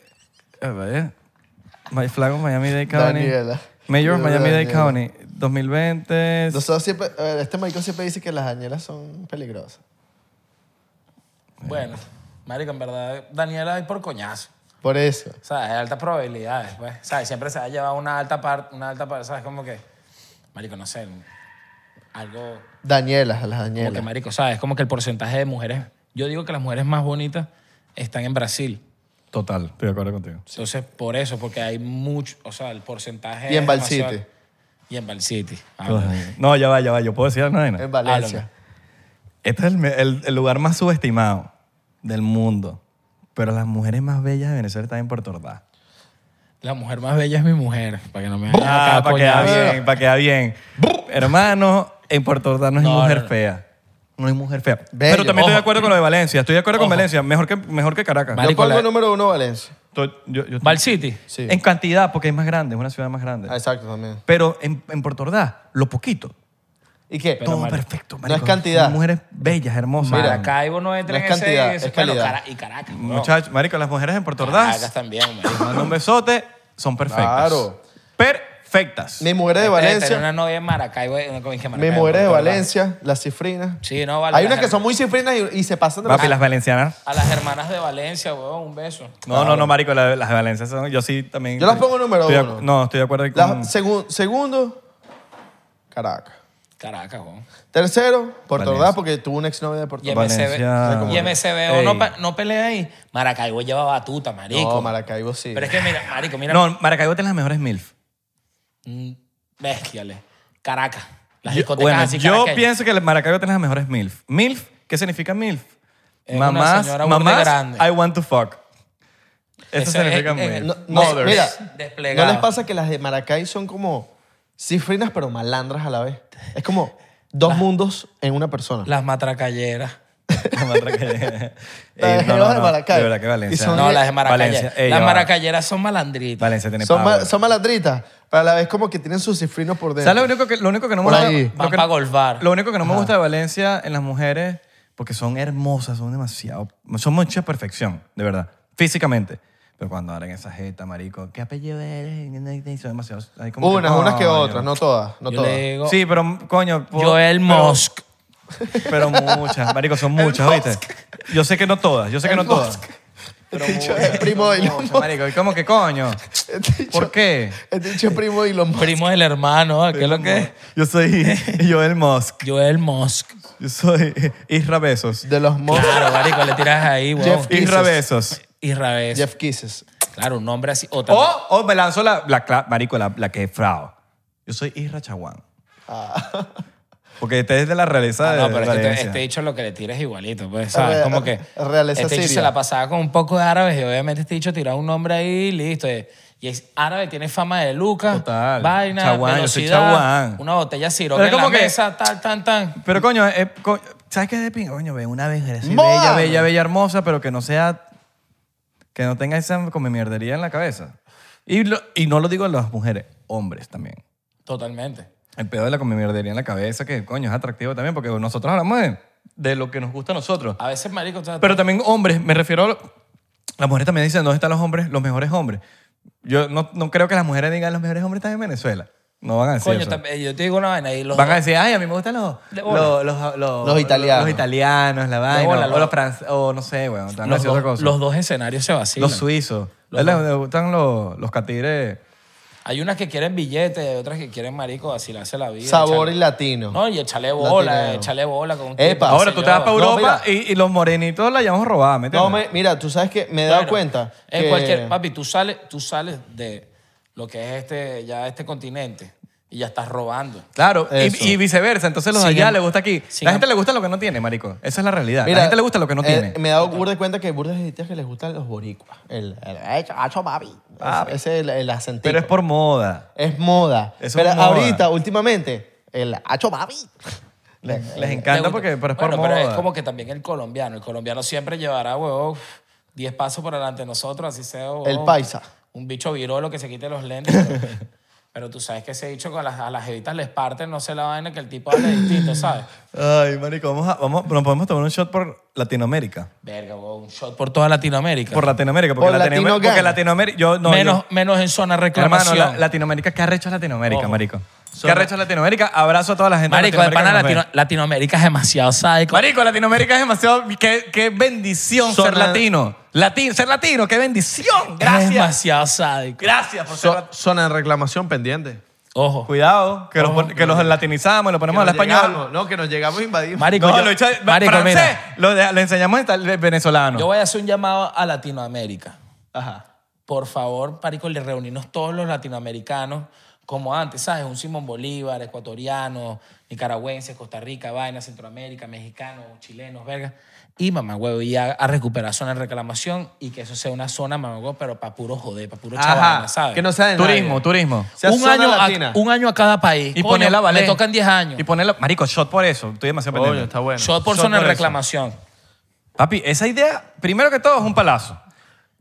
a ver, My Flag of Miami Dade County.
Daniela.
Mayor of
Daniela,
Miami Dade
Daniela.
County. 2020.
Nosotros siempre, a ver, este marico siempre dice que las añelas son peligrosas.
Bueno, marico, en verdad, Daniela es por coñazo.
Por eso.
O sea, hay altas probabilidades, pues. O sea, siempre se ha llevado una alta parte, una alta parte, ¿sabes? Como que, marico, no sé, algo...
Daniela, las
Como que,
añelas.
marico, ¿sabes? Como que el porcentaje de mujeres... Yo digo que las mujeres más bonitas están en Brasil.
Total, estoy de acuerdo contigo.
Entonces, por eso, porque hay mucho... O sea, el porcentaje...
Y en
es
Val
demasiado-
City.
Y en Val City. Ah,
No, ya va, ya va. Yo puedo decir una vaina.
En Valencia.
Este es el, me- el- el lugar más subestimado del mundo. Pero las mujeres más bellas de Venezuela están en Puerto Ordaz.
La mujer más bella es mi mujer, para que no me
Ah,
acá
para quedar
coñazo.
bien, para quedar bien. Hermano, en Puerto Ordaz no hay
No,
mujer
no, no.
fea. No hay mujer fea.
Bello.
Pero también estoy de
Ojo.
acuerdo con lo de Valencia. Estoy de acuerdo con
Ojo.
Valencia. Mejor que, mejor que Caracas.
Vale.
Yo
Marico,
pongo
la-
número uno Valencia.
Estoy- yo- yo-
Val City.
Sí.
En cantidad, porque es más grande, es una ciudad más grande.
Ah, Exacto, también.
Pero en, en Puerto Ordaz, lo poquito.
¿Y qué?
Pero,
todo
marico,
perfecto.
no
marico.
es cantidad.
Son Mujeres bellas, hermosas.
Maracaibo no entra
No
en
es
ese...
cantidad,
ese-
es
bueno,
calidad.
Cara- y Caracas. weón.
Muchachos, marico, las mujeres en Puerto
Caracas
Ordaz,
también, marico.
mando un besote, son perfectas.
Claro.
Perfectas.
Mi mujer es de
Este debe tener
Valencia.
una novia en Maracaibo. eh, no, ¿cómo es que
Mi
Maracaibo?
mujer es de
Puerto Ordaz.
Valencia. Las cifrinas.
Sí, no, vale.
Hay
las
unas que
her-
son muy cifrinas y, y se pasan de
Papi,
las...
las valencianas.
A las hermanas de Valencia, weón, un beso.
No, no, no, marico, la- las de Valencia son... Yo sí también...
Yo las pongo número
Estoy de
uno.
acu- No, estoy de acuerdo
La-
con...
segun- segundo, Caracas.
Caracas, weón.
Tercero, Puerto
Valencia.
Ordaz, porque tuvo una exnovia de Puerto
Y
Ordaz.
Valencia.
MCB, y MCBO no,
Ey.
pa- no pelea ahí. Maracaibo lleva batuta, marico.
No, Maracaibo sí.
Pero es que mira, marico, mira.
No, Maracaibo tiene las mejores MILF.
Mm, Bestiale. Caracas. Las
Yo-
discotecas
bueno,
así
yo
caraqueñas.
pienso que Maracaibo tiene las mejores MILF. ¿MILF? ¿Qué significa MILF?
Es una
mamás,
señora burda
mamás,
grande.
I want to fuck. Eso,
Eso es-
significa
es- eh,
MILF. [LAUGHS]
No, no,
Mothers.
mira,
Desplegado.
¿no les pasa que las de Maracay son como cifrinas pero malandras a la vez? Es como dos mundos en una persona.
Las matracalleras. [LAUGHS]
Maracaibo.
Las
Ey, no,
jevas
no,
de
no,
Maracaibo.
De verdad que
Y
Valencia.
son-
No, las de Maracalleras.
Valencia, ey,
las
ya va.
maracalleras son malandritas.
Valencia tiene
son, ma-
power.
son malandritas, pero a la vez como que tienen sus cifrinos por dentro.
¿Sabes lo único que, lo único que no me
Este, Por
gusta?
ahí.
Lo
Van
que,
para golfar.
lo único que no me gusta de Valencia en las mujeres, porque son hermosas, son demasiado. Son mucha perfección, de verdad. Físicamente. Pero cuando abren esa jeta, marico, ¿qué apellido eres? Y Son demasiado. hay como que,
Unas, unas que
coño.
otras, no todas, no
Yo
todas. [LAUGHS]
le digo,
Sí, pero coño. po-
Joel
pero-
Mosk. [LAUGHS]
Pero muchas, marico, son muchas, ¿viste? Yo sé que no todas, yo sé que
El
no todas.
Mosk.
Este bicho es primo de Elon
[LAUGHS]
Mucho,
Musk.
marico, ¿y cómo que coño?
Este bicho-
¿Por qué?
Este bicho es primo de Elon Musk.
Primo del hermano, ¿ah? ¿qué es lo que es?
Yo soy Joel Musk.
Joel Musk.
Yo soy Isra Besos.
De los Musk.
Claro, marico, le tiras ahí, weón.
Jeff Bezos.
Isra Besos.
Israel.
Jeff Kisses.
Claro, un nombre así. O también-
O, o me lanzo la, la cla- marico, la, la que es frao. Yo soy Isra Chaguán. Porque este es de la realeza
Ah,
de
no, pero es que este,
Valencia.
este dicho lo que le tiras es igualito, pues,
Re-
¿sabes? Como que
realeza
este dicho
siria.
se la pasaba con un poco de árabes y obviamente este dicho tiraba un nombre ahí y listo. eh. Y es árabe, tiene fama de Lucas,
Total.
vaina,
Chaguán, yo soy
velocidad,
chaguán.
una botella de siroca
Pero
en
como
la
que-
mesa, tal, tan, tan.
Pero coño, eh, co- ¿sabes qué es de pinga? Coño, ve una vez así
¡Moa!
bella, bella, bella, hermosa, pero que no sea. que no tenga esa como mierdería en la cabeza. Y, lo- y no lo digo a las mujeres, hombres también.
Totalmente.
El pedo de la come mierdería en la cabeza, que coño, es atractivo también, porque nosotros hablamos de, de lo que nos gusta a nosotros.
A veces, marico, o sea,
Pero también hombres, me refiero a... lo- Las mujeres también dicen, ¿dónde están los hombres? Los mejores hombres. Yo no, no creo que las mujeres digan, los mejores hombres están en Venezuela. No van a decir
coño,
eso.
tam- eh, yo te digo una vaina y los
Van a decir, ay, a mí me gustan los,
De
los,
bola.
los,
Los italianos.
Los italianos, la vaina.
bola,
o
los-
los franceses, o no sé, weón. Van a
los,
decir otra
dos,
cosa.
los dos escenarios se vacilan.
Los suizos. A ellos les gustan los, los catires.
Hay unas que quieren billetes, hay otras que quieren marico vacilarse la vida.
Sabor
echarle-
y latino.
No, y echarle bola,
Latinero.
echarle bola con un
Epa.
tipo,
Ahora
qué
tú
sé
te vas
yo.
para
No,
Europa
mira.
y, y los morenitos la llamamos robada, ¿me
No,
entiendes?
me- mira, tú sabes que me he dado
Bueno,
cuenta.
En
que-
cualquier, papi, tú sales, tú sales de lo que es este, ya este continente y ya estás robando.
Claro,
Eso.
y, y viceversa. Entonces los de
Sin
allá
em-
les gusta aquí.
sin
La
em-
gente le gusta lo que no tiene, marico. Esa es la realidad. la gente le gusta lo que no
eh,
tiene.
Me he dado burda de cuenta que hay burdas de que les gustan los boricuas. El, el, "Eh, chacho, papi". Ese ese es el, el acentico.
Pero es por moda.
Es moda.
Eso
pero
es moda.
ahorita, últimamente, el hacho papi.
Les, les
Me
encanta
gusta.
porque pero es por
Bueno,
moda.
Pero es como que también el colombiano. El colombiano siempre llevará, huevón, 10 pasos por delante de nosotros, así sea, huevón,
El paisa.
Un bicho virolo que se quite los lentes. Pero, [LAUGHS] pero tú sabes que ese bicho con las, a las jevitas les parten, no sé la vaina que el tipo habla distinto, ¿sabes?
Ay, marico, vamos a, vamos, nos podemos tomar un shot por Latinoamérica.
Verga, huevón, un shot por toda Latinoamérica.
Por Latinoamérica, porque
Por
Latinoamérica,
Latino
porque
Gang.
Latinoamérica, yo no
menos,
yo-
menos en zona
hermano,
reclamación.
la- Latinoamérica, ¿qué ha hecho Latinoamérica,
Ojo.
marico? ¿Qué
Solo-
ha hecho Latinoamérica? Abrazo a toda la gente. de
Marico, de pana
Latinoamérica que nos
Latino-
ve.
Latinoamérica es demasiado sádico.
Marico, Latinoamérica es demasiado. Qué, qué bendición
Zona-
ser latino. Lati- ser latino, qué bendición.
Es
Gracias.
demasiado sádico.
Gracias por ser
So-
latino.
zona de reclamación pendiente.
Ojo.
Cuidado, que, los, pon- que los latinizamos y los ponemos
Que
al
nos
español.
llegamos, No, que nos
e
llegamos a invadir.
Marico,
No,
yo,
lo, echa-
Marico,
francés,
mira,
lo, de- le enseñamos a estar venezolano.
yo voy a hacer un llamado a Latinoamérica.
Ajá.
Por favor, Marico, le reunirnos todos los latinoamericanos como antes, ¿sabes? Un Simón Bolívar, ecuatoriano, nicaragüense, Costa Rica, vaina, Centroamérica, mexicanos, chilenos, verga. Y mamá, huevo, y a, a recuperar zona de reclamación y que eso sea una zona, mamá, huevo, pero para puro joder, para puro chaval, ¿sabes?
Que no sea de
Turismo,
nadie.
turismo.
sea
un,
zona
año
latina.
a, un año a cada país.
Y
Coño,
ponerla a valer.
Le tocan 10 años.
Y ponerla. Marico, shot por eso. Estoy demasiado
Coño,
pendiente.
está bueno.
Shot por
Shot
zona de
por eso.
reclamación.
Papi, esa idea, primero que todo, es un palazo.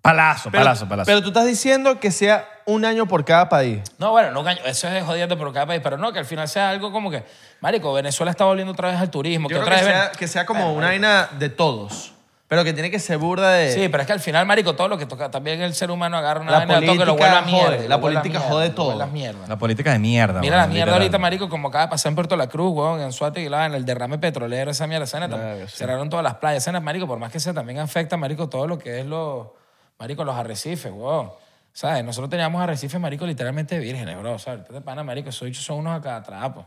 Palazo, palazo, palazo.
Pero tú estás diciendo que sea un año por cada país.
No, bueno, no, gaño- eso es jodiendo por cada país, pero no, que al final sea algo como que, marico, Venezuela está volviendo otra vez al turismo,
Yo creo
que otra
que
vez... ven-
sea, que sea como una vaina de todos.
Pero que tiene que ser burda de.
Sí, pero es que al final, marico, todo lo que toca, también el ser humano agarra una
eh, La
vaina de toque, lo
política
huele a mierda.
jode, la
lo huele a
política
mierda,
jode
lo
todo.
huele a mierda.
la política de mierda.
Mira
weón,
la mierda
literal.
ahorita, marico, como acaba de pasar en Puerto La Cruz, weón, en Suárez y la, en el derrame petrolero, esa mierda, escena, tam- cerraron todas las playas, escenas, marico, por más que se también afecta, marico, todo lo que es los, marico, los arrecifes, weón. ¿Sabes? Nosotros teníamos arrecifes, marico, literalmente vírgenes, bro, ¿sabes? Ustedes pana, marico, esos bichos son unos acatrapos.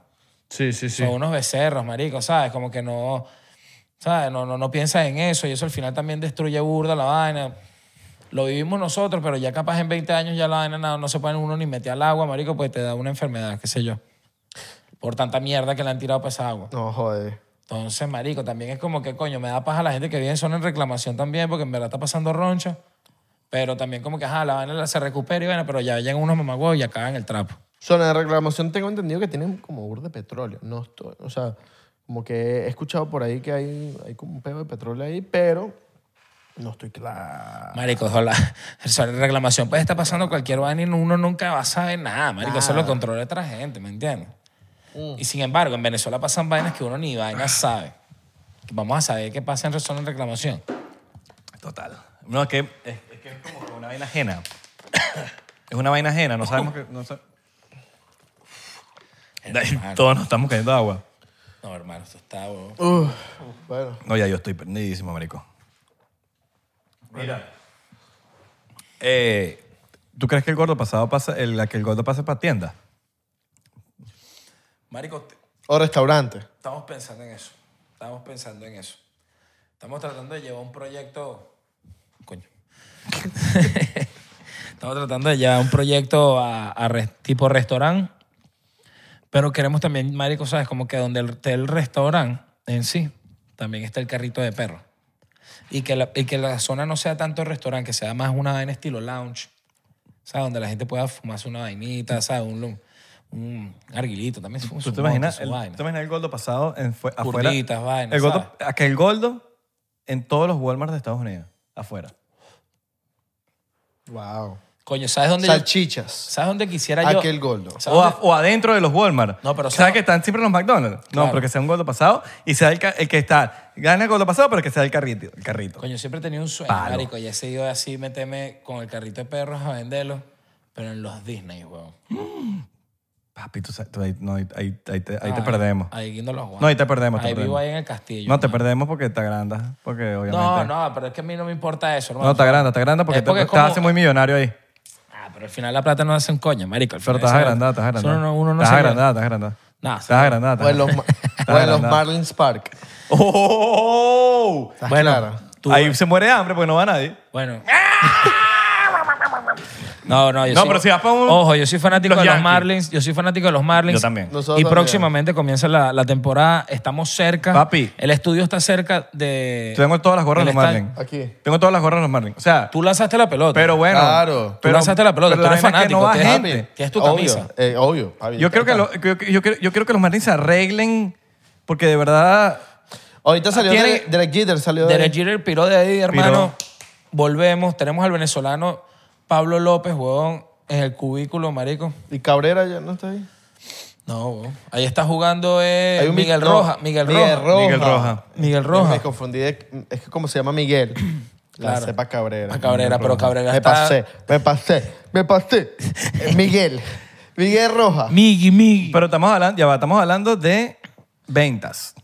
Sí, sí,
Son unos becerros, marico, ¿sabes? Como que no, ¿sabes? No, no, no piensas en eso y eso al final también destruye burda la vaina. Lo vivimos nosotros, pero ya capaz en 20 años ya la vaina no, no se puede uno ni meter al agua, marico, pues te da una enfermedad, qué sé yo. Por tanta mierda que le han tirado para esa agua.
No, joder.
Entonces, marico, también es como que, coño, me da paja la gente que vive en zona en reclamación también, porque en verdad está pasando roncha. Pero también como que, ajá, la vaina la- se recupera y bueno, pero ya llegan unos mamagüeos y acaban el trapo.
Zona de reclamación tengo entendido que tienen como burda de petróleo. No estoy, o sea, como que he escuchado por ahí que hay, hay como un pedo de petróleo ahí, pero no estoy claro.
Marico, [LAUGHS] ojalá. Sobre reclamación puede estar pasando cualquier vaina y uno nunca va a saber nada, marico. Eso lo controla otra gente, ¿me entiendes? Y sin embargo, en Venezuela pasan vainas que uno ni vaina sabe. Vamos a saber qué pasa en zona de reclamación.
Total. No, es que es, es que es como que una vaina ajena. [COUGHS] es una vaina ajena, no sabemos que.
[COUGHS]
No sa- [COUGHS] Todos nos estamos cayendo de agua.
No, hermano, esto está... huevón.
Bueno,
No, ya yo estoy perdidísimo, marico. Mira. eh, ¿tú crees que el gordo pasado pasa, el, la que el gordo pase para tienda?
Marico, te-
O restaurante.
estamos pensando en eso. Estamos pensando en eso. Estamos tratando de llevar un proyecto. Coño. [LAUGHS] Estamos tratando de llevar un proyecto a, a res- tipo restaurante. Pero queremos también, Marico, ¿sabes? Como que donde esté el restaurante en sí, también está el carrito de perro. Y que la, y que la zona no sea tanto restaurante, que sea más una vaina estilo lounge. ¿Sabes? Donde la gente pueda fumarse una vainita, ¿sabes? Un, lu- un arguilito también. su-
¿Tú
su
te,
mota,
imaginas,
su
el,
vaina.
tú te imaginas el gordo pasado en, fue- afuera?
Curditas, vainas,
el gordo,
¿sabes?
a que el gordo en todos los Walmart de Estados Unidos, afuera.
Wow.
Coño, ¿sabes dónde, yo-
Salchichas.
¿sabes dónde quisiera yo?
Aquel gordo.
¿Sabes
O,
dónde-
a- o adentro de los Walmart.
No, pero
¿Sabes
sabe-
que están siempre los McDonald's? No,
Claro.
pero que sea un gordo pasado y sea el, ca- el que está. Gana el gordo pasado, pero que sea el carrito. El carrito.
Coño, siempre he tenido un sueño,
Palo.
marico. Y he seguido así, meterme con el carrito de perros a venderlo, pero en los Disney, weón.
Papi, tú, sabes- tú ahí, no, ahí, ahí- ahí te, ahí te
Ah,
perdemos.
Ahí no los
No, ahí te perdemos, te
Ahí vivo
perdemos.
ahí en el castillo.
no, te
hermano.
perdemos porque te agrandas. Porque obviamente.
No, no, pero es que a mí no me importa eso, hermano.
No, te agrandas, te agrandas porque,
Es porque
te,
es como-
te hace muy millonario ahí.
Ah, pero al final la plata no hace un coño, marico. Al
Pero
final
estás
esa-
agrandada, estás agrandada.
Eso no- uno no
estás
se-
agrandada, estás agrandada.
Nah,
estás agrandada.
O en Pues los,
[LAUGHS]
ma- [LAUGHS] o en los Marlins Park.
¡Oh!
¿Estás
Bueno,
clara?
tú-
Ahí se muere de hambre porque no va nadie.
[LAUGHS]
Bueno. No, no, yo
No,
soy-
pero si vas pa' un-
Ojo, yo soy fanático
los
de
Yankees.
los Marlins. Yo soy fanático de los Marlins.
Yo también.
Nosotros
y
también.
próximamente comienza la, la temporada. Estamos cerca.
Papi.
El estudio está cerca de.
Tengo todas las gorras de
Eh, Él
los
está-
Marlins.
Aquí.
Tengo todas las gorras de los Marlins. O sea,
Tú lanzaste la pelota.
pero bueno.
Claro. Tú
Tú lanzaste la pelota.
pero
Tú eres
vaina es que
fanático.
no va
tienes-
gente.
Tienes tu
obvio,
camisa.
eh, obvio. papi.
Yo creo que, lo- yo, yo quiero- yo quiero que los Marlins se arreglen porque de verdad...
Ahorita salió
Tiene-
Derek, Derek Jeter. Salió de-
Derek Jeter piró de ahí, hermano.
Piró.
Volvemos. Tenemos al venezolano Pablo López, huevón, en el cubículo, marico.
Y Cabrera ya no está ahí.
No, huevón. Ahí está jugando eh,
Hay un mi-
Miguel
no,
Roja. Miguel
Miguel
Roja.
Roja. Eh,
Miguel Roja.
Miguel Roja.
Me confundí. de- es que como se llama Miguel. La
Claro.
sepa Cabrera.
A Cabrera, pero Cabrera
Me
está...
pasé, me pasé, me pasé. Eh, Miguel. Miguel Roja.
Miggy, Miggy.
Pero estamos hablando, ya va, estamos hablando de ventas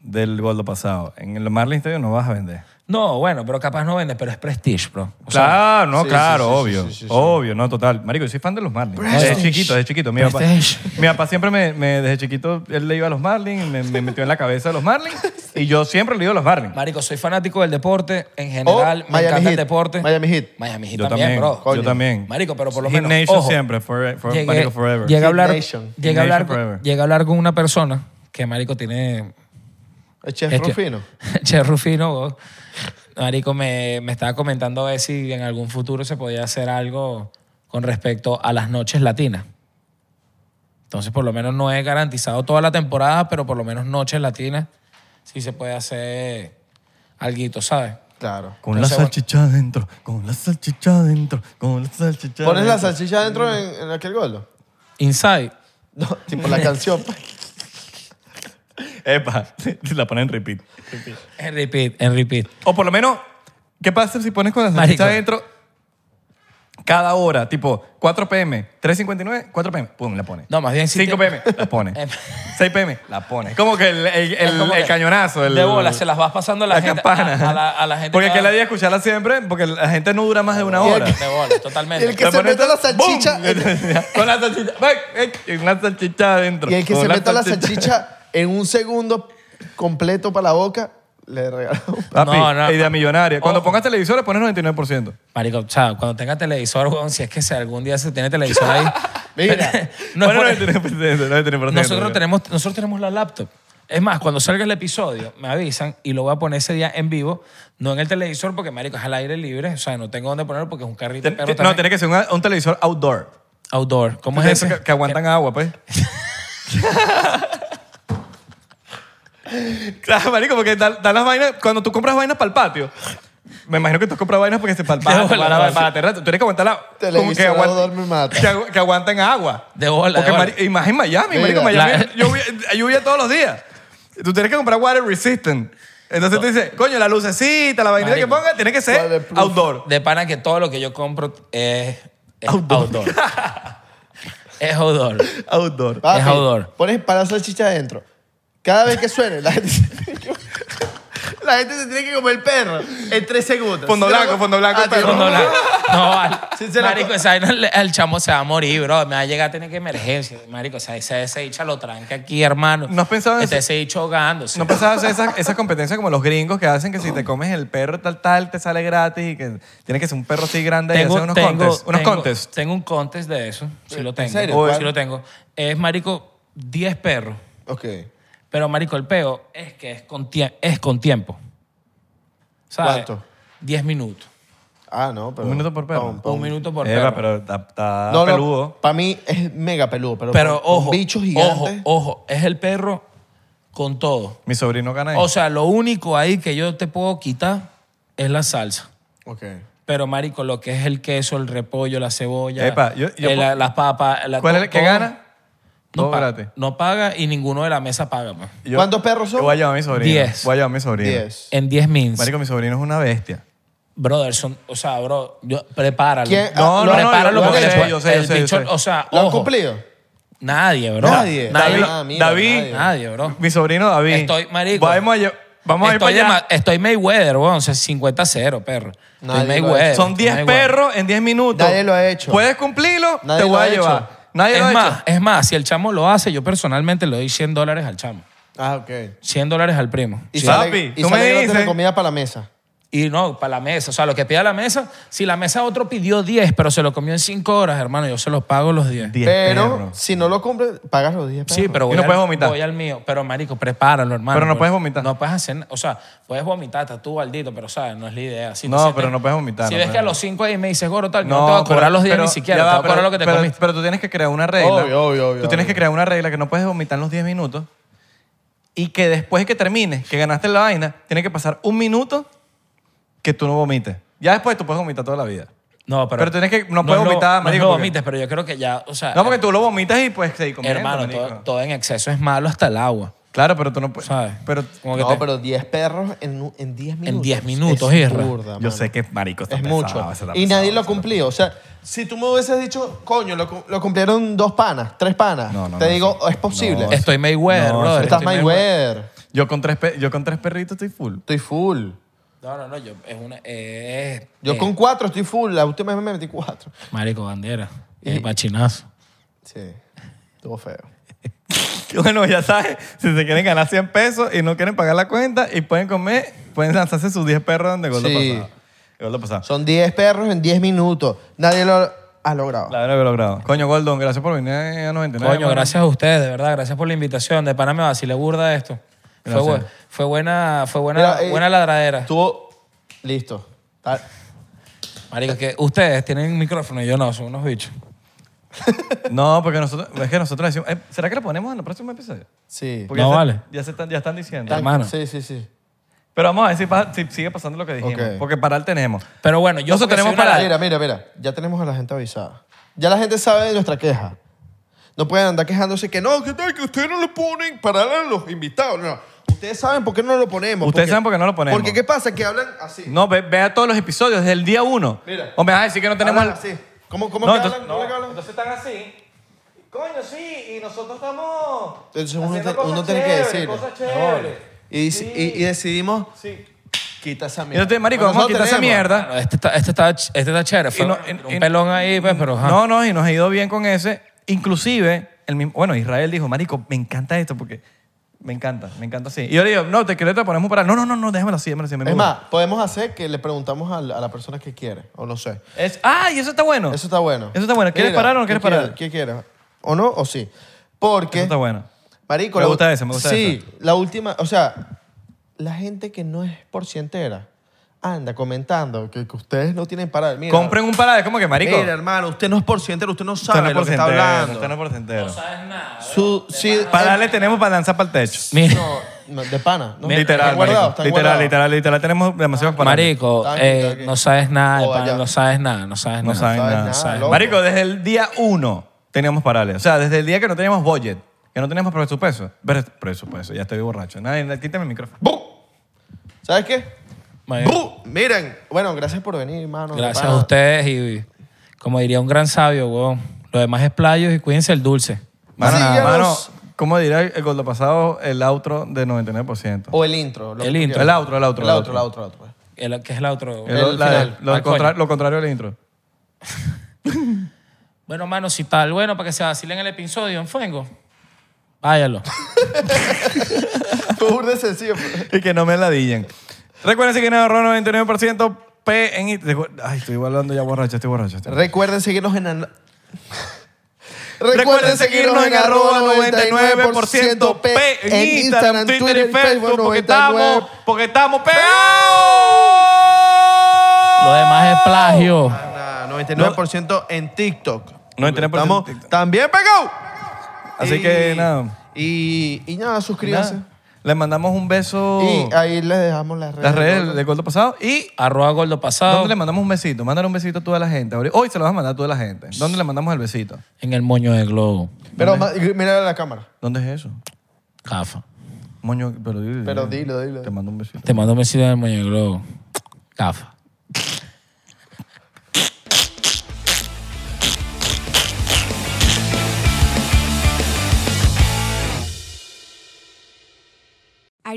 del gordo pasado. En el Marlins Stadium no vas a vender.
No, bueno, pero capaz no vende, pero es prestige, bro. O sea,
claro, no,
sí,
claro,
sí, sí,
obvio.
sí, sí, sí.
Obvio, no, total. Marico, yo soy fan de los Marlins. Desde
Prestige.
chiquito, desde chiquito. Mi papá,
Prestige.
mi papá siempre me, me- desde chiquito, él le iba a los Marlins, me, me metió en la cabeza a los Marlins y yo siempre le iba a los Marlins.
Marico, soy fanático del deporte en general. me
Miami
encanta el
Heat.
deporte.
Miami Heat.
Miami Heat
Yo
también,
también,
bro.
yo también.
Marico, pero por lo
Hit
menos.
Nation
ojo,
siempre, forever, for-
llegué-
Marico Forever.
Llegué a hablar,
Heat Nation.
llegué a
Heat
hablar,
Nation forever.
llegué a hablar con una persona que, Marico, tiene
El chef
Este-
Rufino.
[LAUGHS] Che Rufino, vos. Marico, me, me estaba comentando a ver si en algún futuro se podía hacer algo con respecto a las noches latinas. Entonces, por lo menos no es garantizado toda la temporada, pero por lo menos noches latinas sí se puede hacer alguito, ¿sabes?
Claro.
Con
No
la
sé, bueno.
salchicha adentro, con la salchicha adentro, con la salchicha
¿Pones la
adentro.
salchicha adentro en, en aquel gordo?
Inside.
No, tipo la
[LAUGHS]
canción.
Epa, [LAUGHS] la ponen en repeat.
En repeat, en repeat.
O por lo menos, ¿qué pasa si pones con la
Marico.
salchicha adentro cada hora? Tipo, 4 pm, 3.59, 4 pm, pum, la pone.
No, más bien si
5
te-
pm, la pone.
Em.
6 pm, la pone. Es como que el, el- el-
[LAUGHS] Es como
el
que
cañonazo. El,
de bola, se las vas pasando a la, gente.
campana.
A, a la, a la gente.
Porque
cada- Oh.
que la idea es escucharla siempre, porque la gente no dura más de una
Y el
hora.
De bola, totalmente.
Y el que se meta la salchicha.
[LAUGHS] con la salchicha, ¡ven! ¡ven! Y una salchicha adentro.
Y el que
Con
se
la
meta
[LAUGHS]
la salchicha en un segundo completo para la boca, le regalamos.
Papi,
No, no. Oh.
idea millonaria. Cuando
Ojo.
pongas televisor, le pones 99%.
Marico, o sea, cuando tenga televisor, weón, si es que si algún día se tiene
[LAUGHS]
televisor ahí.
Mira,
[LAUGHS] no es
Pone
por-
99%, 99%.
nosotros, tenemos, nosotros tenemos la laptop. Es más, cuando salga el episodio, me avisan y lo voy a poner ese día en vivo, no en el televisor, porque marico, es al aire libre. O sea, no tengo dónde ponerlo porque es un carrito.
Ten-
de perro
ten- no,
también.
tiene que ser un, un televisor outdoor.
Outdoor. ¿Cómo
De
es
esos
ese?
Que, que aguantan agua,
[LAUGHS]
pues. claro, marico, porque dan las vainas. Cuando tú compras vainas para el patio, me imagino que tú compras vainas porque se para
[LAUGHS]
el patio,
De bola,
para, la-
vale.
para la terraza. Tú tienes que aguantar la. como que,
Televisor outdoor me mata.
que agu- que aguantan agua.
De bola,
Porque
de bola.
mari- y más en Miami, marico.
Mira.
Miami,
La-
lluvia, lluvia todos los días. Tú tienes que comprar water resistant. Entonces te dice, coño, la lucecita, la vainita que
Marico.
ponga, tiene que ser
Waterproof.
¿Eh? outdoor.
De pana que todo lo que yo compro es, es outdoor.
[LAUGHS]
es outdoor.
Outdoor.
Papi,
Es outdoor.
Pones para la salchicha adentro. Cada vez que suene, la gente se tiene que, la gente se tiene que comer el perro en tres segundos.
Fondo
Si no-
blanco, fondo blanco,
Ah,
perro.
tío,
Fondo blanco. No, vale.
Sí, se la-
marico, esa vaina, el, el chamo se va a morir, bro. Me va a llegar a tener que emergencia. Marico, o sea, ese, ese hicha lo tranca aquí, hermano.
¿No has pensado en
Este
eso?
ese hicho ahogándose.
¿No pensabas hacer esas, esas competencias como los gringos que hacen que si te comes el perro tal tal te sale gratis y que tiene que ser un perro así grande y hacer unos contests? Unos
tengo-
contests.
Tengo un contest de eso. Sí lo tengo.
serio?
Uy,
¿Cuál?
Sí lo tengo. Es, marico, 10 perros.
Ok.
Pero, marico, el peo es que es con, tie- es con tiempo. ¿Sabes?
¿Cuánto?
10 minutos.
Ah, no, pero...
Un minuto por perro.
Pon, pon.
Un minuto por
Eva,
perro.
pero está está
No, no,
peludo.
para mí es mega peludo, pero,
Pero,
pon- pon
ojo,
bichos gigantes.
ojo, ojo, es el perro con todo.
Mi sobrino gana
O
eso.
sea, lo único ahí que yo te puedo quitar es la salsa.
Ok.
Pero, marico, lo que es el queso, el repollo, la cebolla,
Epa, yo- yo
eh, la-
po-
las papas... la-
¿Cuál es
to-
el que
todo,
gana?
No,
Todo
pa-
gratis.
no paga y ninguno de la mesa paga, pues. man.
Yo-
¿Cuántos perros son?
Yo voy a llevar a mi sobrino.
Diez.
Voy a llevar a mi sobrino.
Diez.
En 10 mins.
Marico, mi sobrino es una bestia.
Brother, son, o sea, bro, yo, prepáralo.
¿Quién?
No,
Ah, no, no,
prepáralo
yo- yo
porque
sé,
después
yo sé, yo
el
sé, yo
bicho,
sé.
o sea,
¿Lo han
Ah, ojo,
cumplido?
Nadie, bro. Nadie,
Nadie.
David,
lo-
Ah, mira,
David,
nadie.
nadie, bro.
mi sobrino David.
Estoy, marico.
Vamos a, lle- vamos a ir
estoy,
para allá.
dema- estoy Mayweather, weón. O sea, 50-0, perro.
Nadie
estoy
lo ha
Mayweather.
Son 10
Mayweather.
perros en 10 minutos.
Nadie lo ha hecho.
Puedes cumplirlo,
Nadie
te
lo
voy
ha
a
hecho.
llevar. Nadie lo ha
es más,
hecho.
es más, si el chamo lo hace, yo personalmente le doy 100 dólares al chamo.
Ah, ok.
100 dólares al primo.
Y
Sí.
sale-
sale,
Papi,
y
tú
sale
me
gratis la
dices-
comida para la mesa.
Y no, para la mesa. O sea, lo que pida la mesa, si la mesa otro pidió 10, pero se lo comió en 5 horas, hermano, yo se los pago los 10.
10
Pero
perros.
si no lo cumples, pagas los 10 perros.
Sí, pero
Y
voy,
no
al,
puedes vomitar.
voy al mío. Pero, marico, prepáralo, hermano.
Pero no
bro.
puedes vomitar.
No puedes hacer... na- O sea, puedes vomitar, estás tú, Aldito, pero, ¿sabes? No es la idea. Si te
No,
sientes-
pero no puedes vomitar,
Si
no
ves
puedes.
que a los 5 ahí me dices, gordo, tal, que no, te voy a cobrar los 10
pero-
ni siquiera.
ya va,
te voy a cobrar
pero-
lo que te
pero-
comiste.
Pero tú tienes que crear una regla.
Obvio, obvio, obvio,
Tú tienes que
obvio.
crear una regla que no puedes vomitar en los 10 minutos y que después que termines, que ganaste la vaina, tiene que pasar un minuto que tú no vomites. Ya después tú puedes vomitar toda la vida.
No, pero...
Pero tienes que- no
es
puedes
lo-
vomitar,
No es
marico,
lo
porque-
vomites, pero yo creo que ya, o sea...
No, porque tú lo vomitas y puedes seguir comiendo.
Ah, Hermano,
marico.
todo, todo en exceso es malo hasta el agua,
Claro, pero tú no puedes.
¿sabes?
Pero
Como que
No,
te-
pero 10 perros en, un- en 10 minutos.
10 minutos,
es
Isra.
burda,
yo
mano.
sé que marico está
Es
pesado,
mucho.
ese está
y
pesado,
nadie
ese
lo
está
cumplió. O sea, si tú me hubieses dicho, coño, lo, cu- lo cumplieron dos panas, tres panas,
No, no,
te
no,
digo,
sí.
es posible.
No,
Estoy Mayweather,
No,
brother.
Estás
estoy
Mayweather.
pesado. Yo con, tres pe- yo con tres perritos estoy full.
Estoy full.
No, no, no, yo... Es una... eh,
Yo
eh,
con cuatro estoy full. La última vez me metí cuatro.
Marico, bandera. Eh,
Y-
El pachinazo.
Sí. Estuvo feo.
Que [LAUGHS] Bueno, ya sabes, si se quieren ganar 100 pesos y no quieren pagar la cuenta y pueden comer, pueden lanzarse sus 10 perros donde gordo
Sí.
pasado. Gordo pasado.
Son 10 perros en 10 minutos. Nadie lo ha logrado.
La verdad que he logrado. Coño, Gordon, gracias por venir a 99.
Coño,
hermano.
gracias a ustedes, de verdad. Gracias por la invitación. De pana me vacilé burda esto. Fue,
Gracias.
bu- fue buena, fue buena,
Mira, eh,
buena ladradera.
Estuvo listo. Tal-
Marico, que ustedes tienen un micrófono y yo no, son unos bichos.
No, porque nosotros, es que nosotros decimos, eh, ¿será que lo ponemos en el próximo episodio?
Sí.
Porque
No
ya se-
vale.
ya, se están, ya están diciendo.
Tan-
hermano.
Sí, sí, sí.
Pero vamos a ver si, pasa- si sigue pasando lo que dijimos.
Ok.
Porque parar tenemos.
Pero bueno, yo
Nosotros
porque soy
tenemos
una
para-
ladra-
Mira, mira, mira. Ya tenemos a la gente avisada. Ya la gente sabe de nuestra queja. No pueden andar quejándose que no, que, tal, que ustedes no le ponen para a los invitados. No. Ustedes saben por qué no lo ponemos.
Ustedes saben por qué no lo ponemos.
Porque ¿qué pasa? Que hablan así.
No, ve, vea todos los episodios desde el día uno.
Mira.
O me vas a decir que no tenemos...
Hablan así. ¿Cómo, cómo
No,
que
entonces-
hablan? ¿Cómo que hablan?
entonces están así. Coño, sí, y nosotros estamos.
Entonces uno
haciendo
te-
cosas
uno tiene que
chéveres,
decirlo.
cosas chéveres.
Y, dec- y- y decidimos,
Sí.
quita esa
Y yo
mierda.
te- este, marico,
Bueno,
vamos a quitar
nosotros
esa
tenemos.
mierda.
Claro, Este está, este está, ch- este está chévere. Fue
Y no-
un-
y-
un pelón ahí, pues, pero ajá.
No, no, y nos ha ido bien con ese. Inclusive, el mismo, bueno, Israel dijo, marico, me encanta esto porque me encanta, me encanta así. Y yo le digo, no, te quiero te ponemos para... No, no, no, no, déjamelo así, déjamelo así. a mí me
Es
gusta.
más, podemos hacer que le preguntamos a la, a la persona que quiere, o no sé.
Es- ¡Ay, eso está bueno!
Eso está bueno.
Eso está bueno. ¿Quieres
Mira,
parar o no quieres
¿qué
parar?
quiere- ¿Qué quieres? ¿O no? ¿O sí? Porque...
Eso está bueno.
Marico,
Me
la-
gusta ese, me gusta
Sí, la última, o sea, la gente que no es porcientera anda comentando que, que ustedes no tienen parar. Mira,
Compren un parada, es como que, marico,
Mira, hermano, usted no es porcientero, usted no
usted no
sabe
es
lo que está
porcentero,
hablando.
usted no es porcentero.
su, sí,
Para darle tenemos para lanzar para el techo.
Mira, [LAUGHS]
[LAUGHS] no, no, de pana. No,
Literal,
están guardados,
marico.
están
literal,
guardados.
literal, literal. Tenemos demasiados para
Ah, marico,
Está aquí,
eh,
está aquí.
no sabes nada,
Oh,
pana,
ya.
no sabes nada, no sabes
Ah, No
nada.
saben
sabes
nada.
nada,
saben.
loco.
Marico, desde el día uno teníamos parales. O sea, desde el día que no teníamos budget, que no teníamos presupuesto. Pre- Presupuesto, ya estoy borracho. Nadie, quítame el micrófono.
¡Bum! ¿Sabes qué?
Marico,
¡Bum! Miren, bueno, gracias por venir, hermano. de
Gracias
pana.
a ustedes y, como diría un gran sabio, weón, lo demás es playos y cuídense el dulce.
Mano,
Síguenos.
mano, ¿cómo dirá el gordo pasado el outro de 99%?
O el intro. lo
El
que
intro.
Oh, El outro, el outro.
[LAUGHS] El outro, el outro, el outro.
El- que es el otro?
El- la-
final.
lo,
Ah,
contra-
coño.
lo contrario al intro.
bueno, mano, si tal, bueno, para que se vacilen el episodio en Fuengo. Váyalo.
Fue burda de sencillo.
pues.
pero-
Y que no me ladillen. Recuerden seguir en ahorro 99% P en Instagram. Ay, estoy hablando ya borracho, estoy borracho. estoy borracho.
Recuerden seguirnos en... an-
[LAUGHS] Recuerden seguirnos en arroba 99% P en Instagram, Twitter y Facebook porque estamos, porque estamos pegados.
Lo demás es plagio.
Ah, 99% en TikTok.
99%
Estamos
en TikTok.
también pegados.
Así
Y-
que nada.
Y, y nada, suscríbanse.
Nada. Les mandamos un beso
Y ahí les dejamos las redes.
las redes de Gordo Pasado y
Arroba gordo pasado.
¿Dónde le mandamos un besito? Mándale un besito a toda la gente. Ahorita- Hoy se lo vas a mandar a toda la gente. ¿Dónde le mandamos el besito?
En el moño del globo.
Pero ma- mira la cámara.
¿Dónde es eso?
Cafa.
Moño, pero dilo.
Pero dilo, dilo.
Te mando un besito.
Te mando un besito en el moño del globo. Cafa.
Are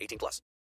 18 plus.